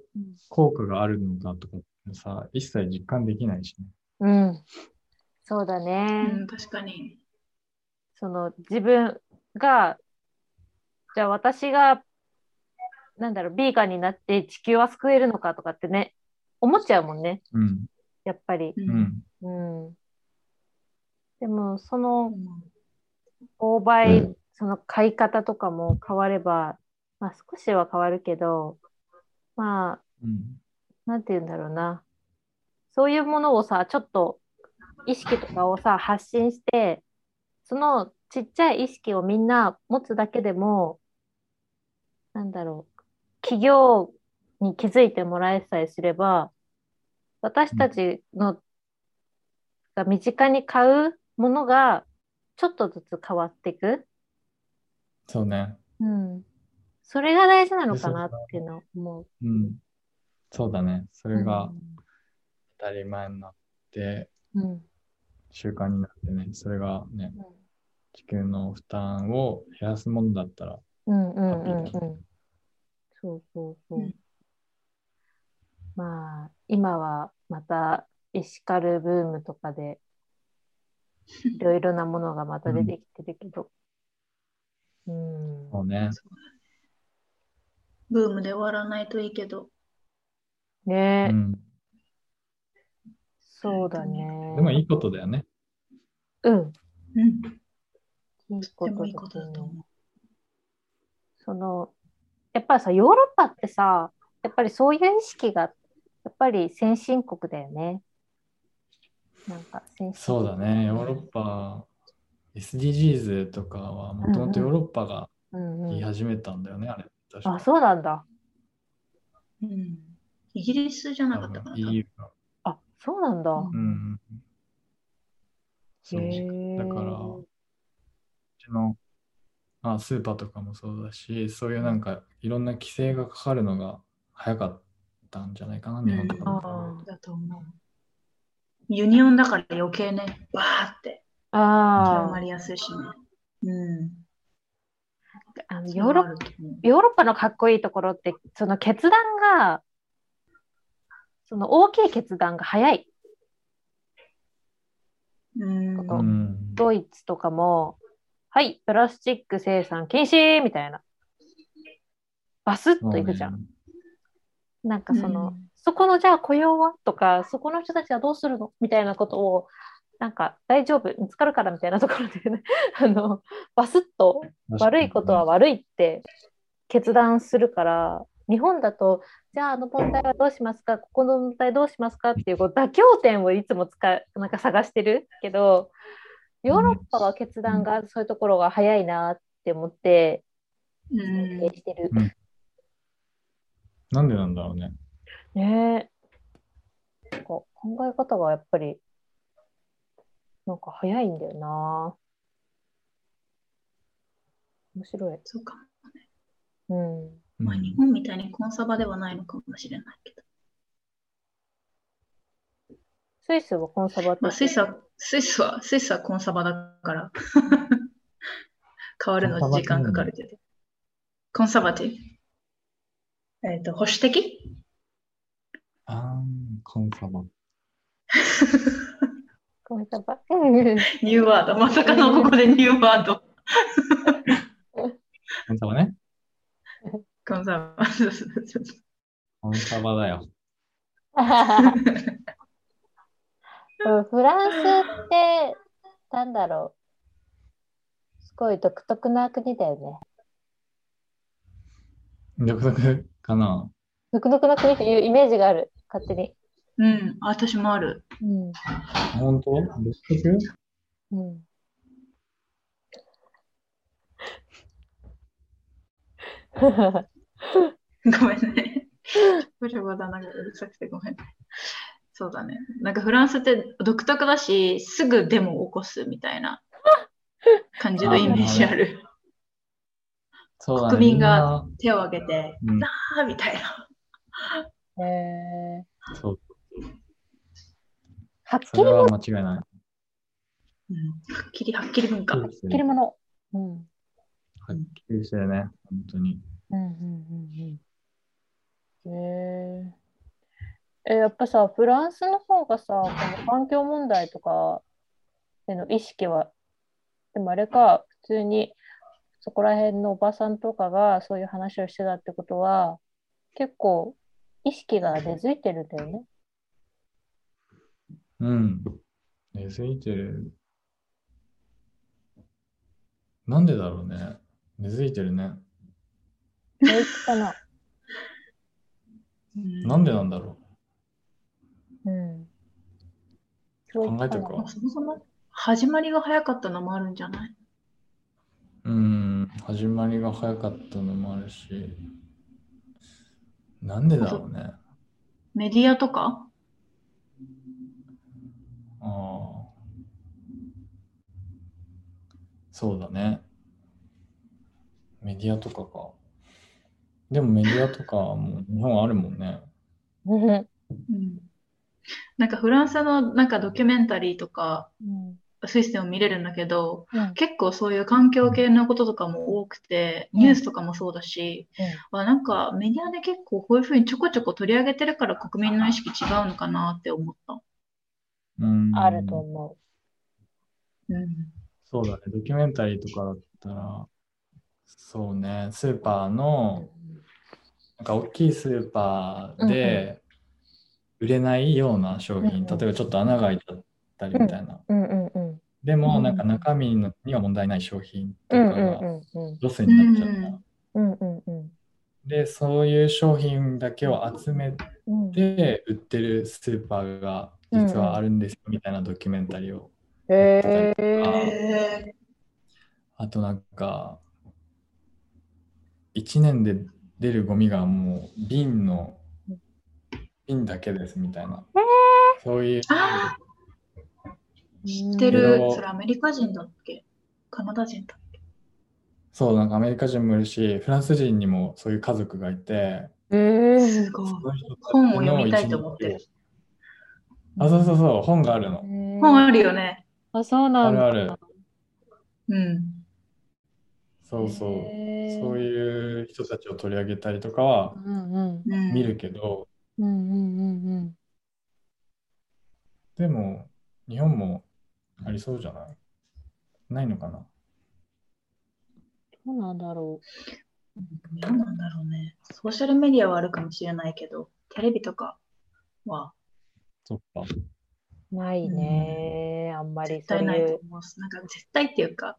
効果があるのかとかもさ、一切実感できないしね。うん。そうだうね。ん、確かに。その自分が、じゃあ私が、なんだろう、ビーガンになって地球は救えるのかとかってね、思っちゃうもんね、うん。やっぱり。うう。ん。うん。でも、そのうん購買、うんその買い方とかも変われば、まあ少しは変わるけど、まあうん。なんて言うんだろうな。そういうものをさ、ちょっと意識とかをさ、発信して、そのちっちゃい意識をみんな持つだけでも、なんだろう、企業に気づいてもらえさえすれば、私たちの、が身近に買うものが、ちょっとずつ変わっていく。そうね。うん。それが大事なのかなっていうのを思う。うん。そうだね。それうがん当たり前になって、うん。習慣になってね、それがね、地球の負担を減らすものだったら、うんうんうんハッピーうん。そうそうそう。うんまあ、今はまたエシカルブームとかで、いろいろなものがまた出てきてるけど。うん。そうね、ブームで終わらないといいけど。ねえ、うん。そうだね。でもいいことだよね。うん。うん。いいでこともだいいことだとね思そのやっぱりさヨーロッパってさやっぱりそういう意識がやっぱり先進国だよね。なんか先進国そうだね、ヨーロッパ、SDGs とかはもともとヨーロッパがうん言いうん、始めたんだよね、あれ。確あかそうなんだ。う。うん。イギリスじゃなかったかな。 EU が。あそうなんだ。うんうん。そう。へうえだからちの、まあ、スーパーとかもそうだし、そういうなんかいろんな規制がかかるのが早かったんじゃないかな、日本とかだとあ多分だと思う。ユニオンだから余計ね、バーって広あまりやすいしね。うん。ーあのヨーロッッパ。ヨーロッパのかっこいいところってその決断がその大きい決断が早い。うんこうこん。ドイツとかも、はい、プラスチック生産禁止みたいな。バスッといくじゃん。なんかその、うんそこのじゃあ雇用はとか、そこの人たちはどうするのみたいなことを、なんか大丈夫、見つかるからみたいなところで、ね、 あの、バスッと悪いことは悪いって決断するから、日本だと、じゃああの問題はどうしますか、ここの問題どうしますかっていうこう妥協点をいつも使う、なんか探してるけど、ヨーロッパは決断が、そういうところが早いなって思って、うん尊敬してる。なんでなんだろうね。ねえ。なんか考え方がやっぱり、なんか早いんだよな。面白い。そうかも。うん。うんまあ、日本みたいにコンサバではないのかもしれないけど。スイスはコンサバまあ、スイ的スは、スイスは、スイスはコンサバだから。 変わるの時間かかるけど。コンサバティブ。えっ、と、保守的あーコンサバ。コンサバ。うん。 ニューワード。まさかのここでニューワード。コンサバね。コンサバ。そうそうそうコンサバだよ。うんフランスって、なんだろう。すごい独特な国だよね。独特かな。独特な国っていうイメージがある。勝手に。うん、私もある。 うん。本当独特うん。ごめんね。ブルボだなんかうるさくてごめんね。そうだね。なんかフランスって独特だし、すぐデモを起こすみたいな感じのイメージある。そうだね。国民が手を挙げて、みんな。あーみたいな。 えー、うん、そう。はっきそりれはは間違いない。うん、はっきりはっきり文化。はっっきりもの。うん。きりしてるね。本当に。うんうんうんうん。へええやっぱさ、フランスの方がさ、この環境問題とかへの意識は、でもあれか、普通にそこら辺のおばさんとかがそういう話をしてたってことは、結構意識が根付いてるんだよね。うん。根付いてる。なんでだろうね。根付いてるね。根付きかな。なんでうなんだろうん。う。考えてるかかん。そもそも始まりが早かったのもあるんじゃないうん。始まりが早かったのもあるし。なんでだろうね。メディアとかああ。そうだね。メディアとかか。でもメディアとかも日本あるもんね。うんうん。なんかフランスのなんかドキュメンタリーとか、うんスイスでも見れるんだけど、うん結構そういう環境系のこととかも多くて、ニュースとかもそうだし、あなんかメディアで結構こういうふうにちょこちょこ取り上げてるから国民の意識違うのかなって思った。うん。あると思うん。そうだね。ドキュメンタリーとかだったら、そうね。スーパーう。の、なんか大きいスーパーで売れないような商品、うんうん例えばちょっと穴が開いちゃったりみたいな。うんうんうん。でうも、んなんか中身のには問題ない商品とうんかがうんうんうん。ロスになっちゃった。うんうんうんで、そういう商品だけを集めうん。て売ってるスーパーが実はあるんですよみたいなドキュメンタリーを。へあえ。へあとなんか、1年で出るゴミがもう瓶の、瓶だけですみたいな。そういう、あ知知ってるうん。それアメリカ人だっけカナダ人だっけそう、なんかアメリカ人もいるし、フランス人にもそういう家族がいて、へえす。ごい。その人たちの本を読みたいと思ってる一日を。あ、そうそうそう、本があるの。本あるよね。あ、そうなあんるだ。ある。うん。そうそう。そうう。いう人たちを取り上げたりとかはうんうん。うん、見るけど、うんうんうんうん。でも、日本もありそうじゃないないのかなどうなんだろう。どうなんだろうね。ソーシャルメディアはあるかもしれないけど、テレビとかはそっか。ないね、あんまり絶そう対ないいとう。思う。なんか絶対っていうか、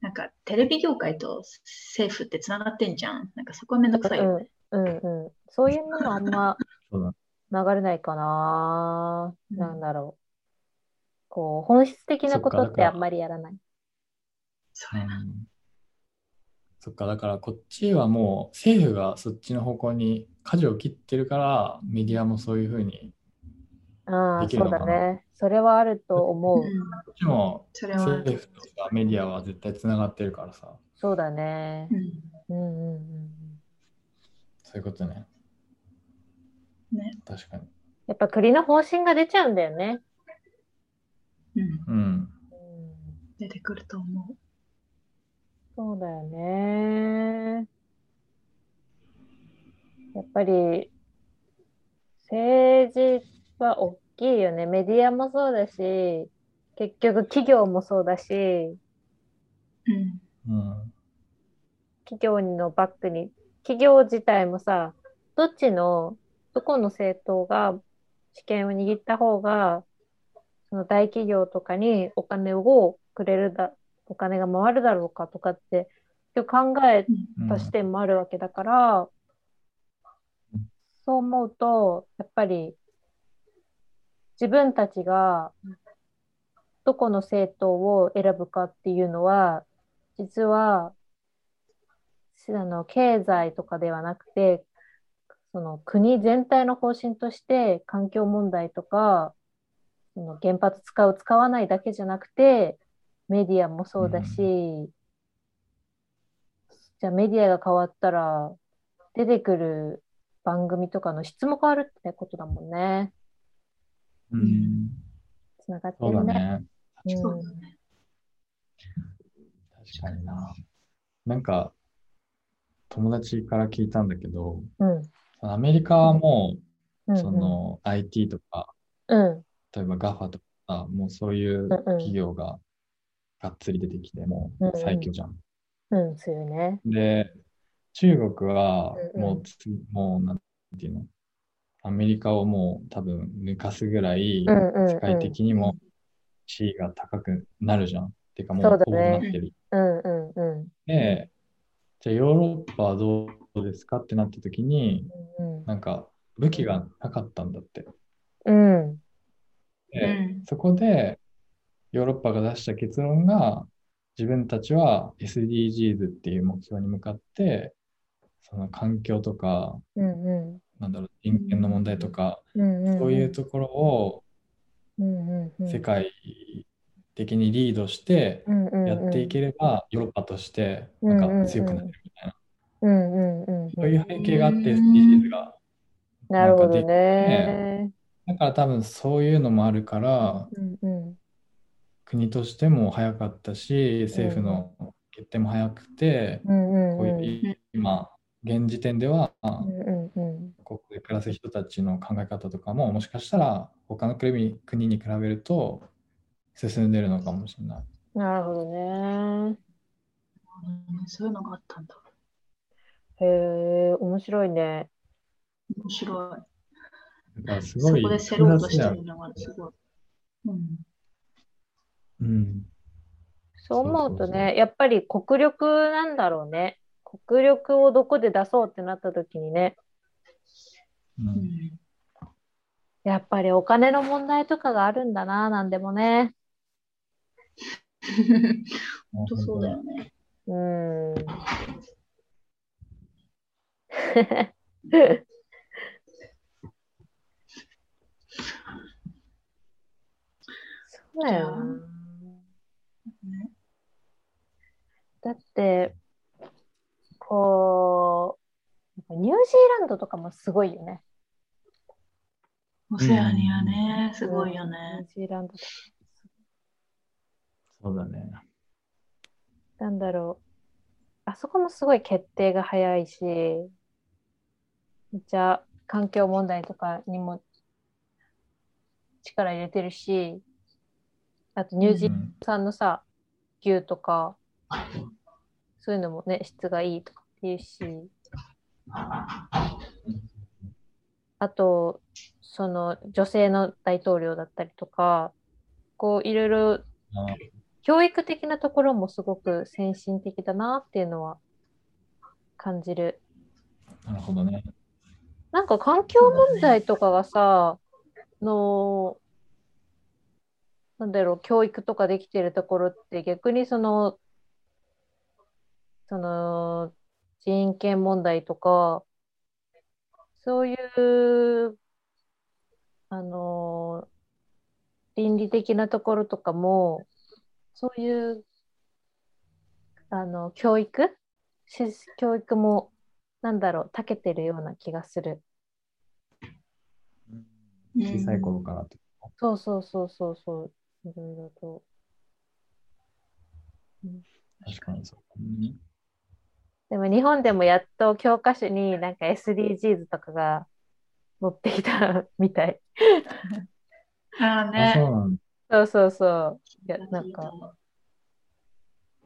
なんかテレビ業界と政府ってつながってんじゃん。なんかそこはめんどくさいよね。うんうんうん。そういうのはあんまそうだ流れないかな。うんなんだろう。こう、本質的なことそっかってあんまりやらない。そうれんそっか、だからこっちはもう政府がそっちの方向に舵を切ってるから、メディアもそういうふうに、ああ、できそるうのだかなね。それはあると思うう。んこっちもそれは、う政府とかメディアは絶対つながってるからさ、そうだね。ん、うんうんうん。そういうことね。ね確かに。やっぱ国の方針が出ちゃうんだよね。うん、うん。うん、出てくると思そうだよね。やっぱり政治は大きいよね。メディアもそうだし、結局企業もそうだし、う。うん、うん。企業のバックに、企業自体もさ、どっちの、どこの政党が主権を握った方が、その大企業とかにお金をくれるだ、お金が回るだろうかとかって、考えうんと視点もあるわけだから、うんそう思うと、やっぱり自分たちがどこの政党を選ぶかっていうのは、実は、しあの経済とかではなくて、その国全体の方針として環境問題とか、その原発使う、使わないだけじゃなくて、メディアもそうだし、うじゃあメディアが変わったら、出てくる番組とかの質も変わるってことだもんね。うん。つながってそうだるね。ね。うんそうだね。確かにな。なんか、友達から聞いたんだけど、うん。そのアメリカはもうんう、その IT とか、うん。うん例えば GAFA とか、もうそういううんうん企業ががっつり出てきて、もう最強じゃん。うん、そうよね。で、中国はうんうんもうつ、もうなんていうの、アメリカをもう多分抜かすぐらい、うんうんうん世界的にも地位が高くなるじゃん。てかもうそうだねほぼなってる。うんうんうん。で、じゃあヨーロッパはどうですかってなった時に、うんなんか武器がなかったんだって。うん。うんうで、ん、そこでヨーロッパが出した結論が、自分たちは SDGs っていう目標に向かって、その環境とか、うん。なんだろう、人権の問題とか、うんうん。そういうところをうんうんうん世界的にリードしてうんうんうんやっていければ、ヨーロッパとしてなんか強くなれるみたいな、うんうんうんうん。そういう背景があってうん SDGs が。なるほどなんかね。だから多分そういうのもあるから、うんうん。国としても早かったし、政府の決定も早くて、うんうんこううん。いう今、現時点では、うんうんうん。ここで暮らす人たちの考え方とかも、もしかしたら他の国に国に比べると進んでるのかもしれない。なるほどね。そういうのがあったんだ。へえ、面白いね。面白い。だからすそごいこで競ろうと複し雑てだよるのがすごい。うん、うん。そう思うとそうそうね、やっぱり国力なんだろうね。国力をどこで出そうってなった時にね、ううんん、やっぱりお金の問題とかがあるんだな、なんでもね。本当そうだよね。うーん。そうだよな。ねだって、こう、ニュージーランドとかもすごいよね。オセアニアね、すごいよニュね。ージーランドとかそうだね。なんだろう。あそこもすごい決定が早いし、めっちゃ環境問題とかにも力入れてるし、あとニュージーランド産のさ、牛とか、そういうのもね、質がいいとかっていうし、あと、その女性の大統領だったりとか、こういろいろあ教育的なところもすごく先進的だなっていうのは感じる。なるほどね。なんか環境問題とかがさ、の、なんだろう、教育とかできてるところって逆にその、その、人権問題とか、そういう、あの、倫理的なところとかも、そういう、あの、教育し教育もなんだろう、長けてるような気がする。小さい頃からって。そうそうそうそうそう、いろいろと。確かにそう、ね。でも日本でもやっと教科書になんか SDGs とかが載ってきたみたい。あああ、ね。そうなんだ。そうそうそう。いやなんか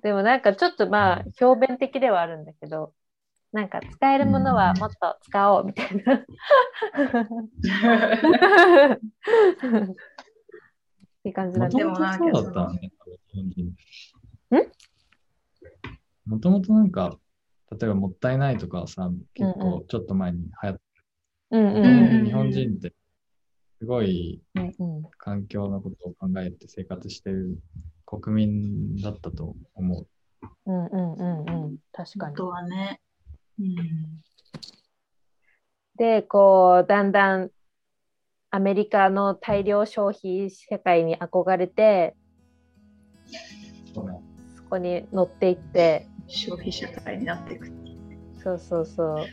でもなんかちょっとまあう表面的ではあるんだけど、なんか使えるものはもっと使おうみたいな。って感じだもねとで。ももとなんかそうだったのね。日本人もともとなんか、例えばもったいないとかはさ、う結んう構ちょっと前に流行っうんうんて、うん日本人ってすごいうんうん。環境のことを考えて生活してる国民だったと思う。うんうんうんうん。確か本に。当はね。うん。で、こう、だんだんアメリカの大量消費社会に憧れて、そうね。そこに乗っていって、消費社会になっていく。そうそうそう。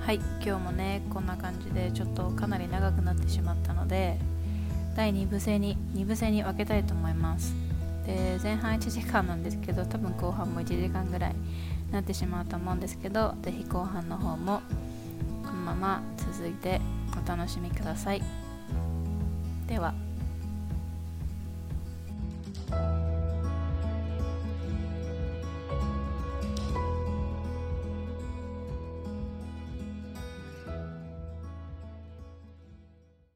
はい今日もねこんな感じでちょっとかなり長くなってしまったので第2部制に2部制に分けたいと思いますで前半1時間なんですけど多分後半も1時間ぐらいになってしまうと思うんですけど是非後半の方もこのまま続いてお楽しみくださいでは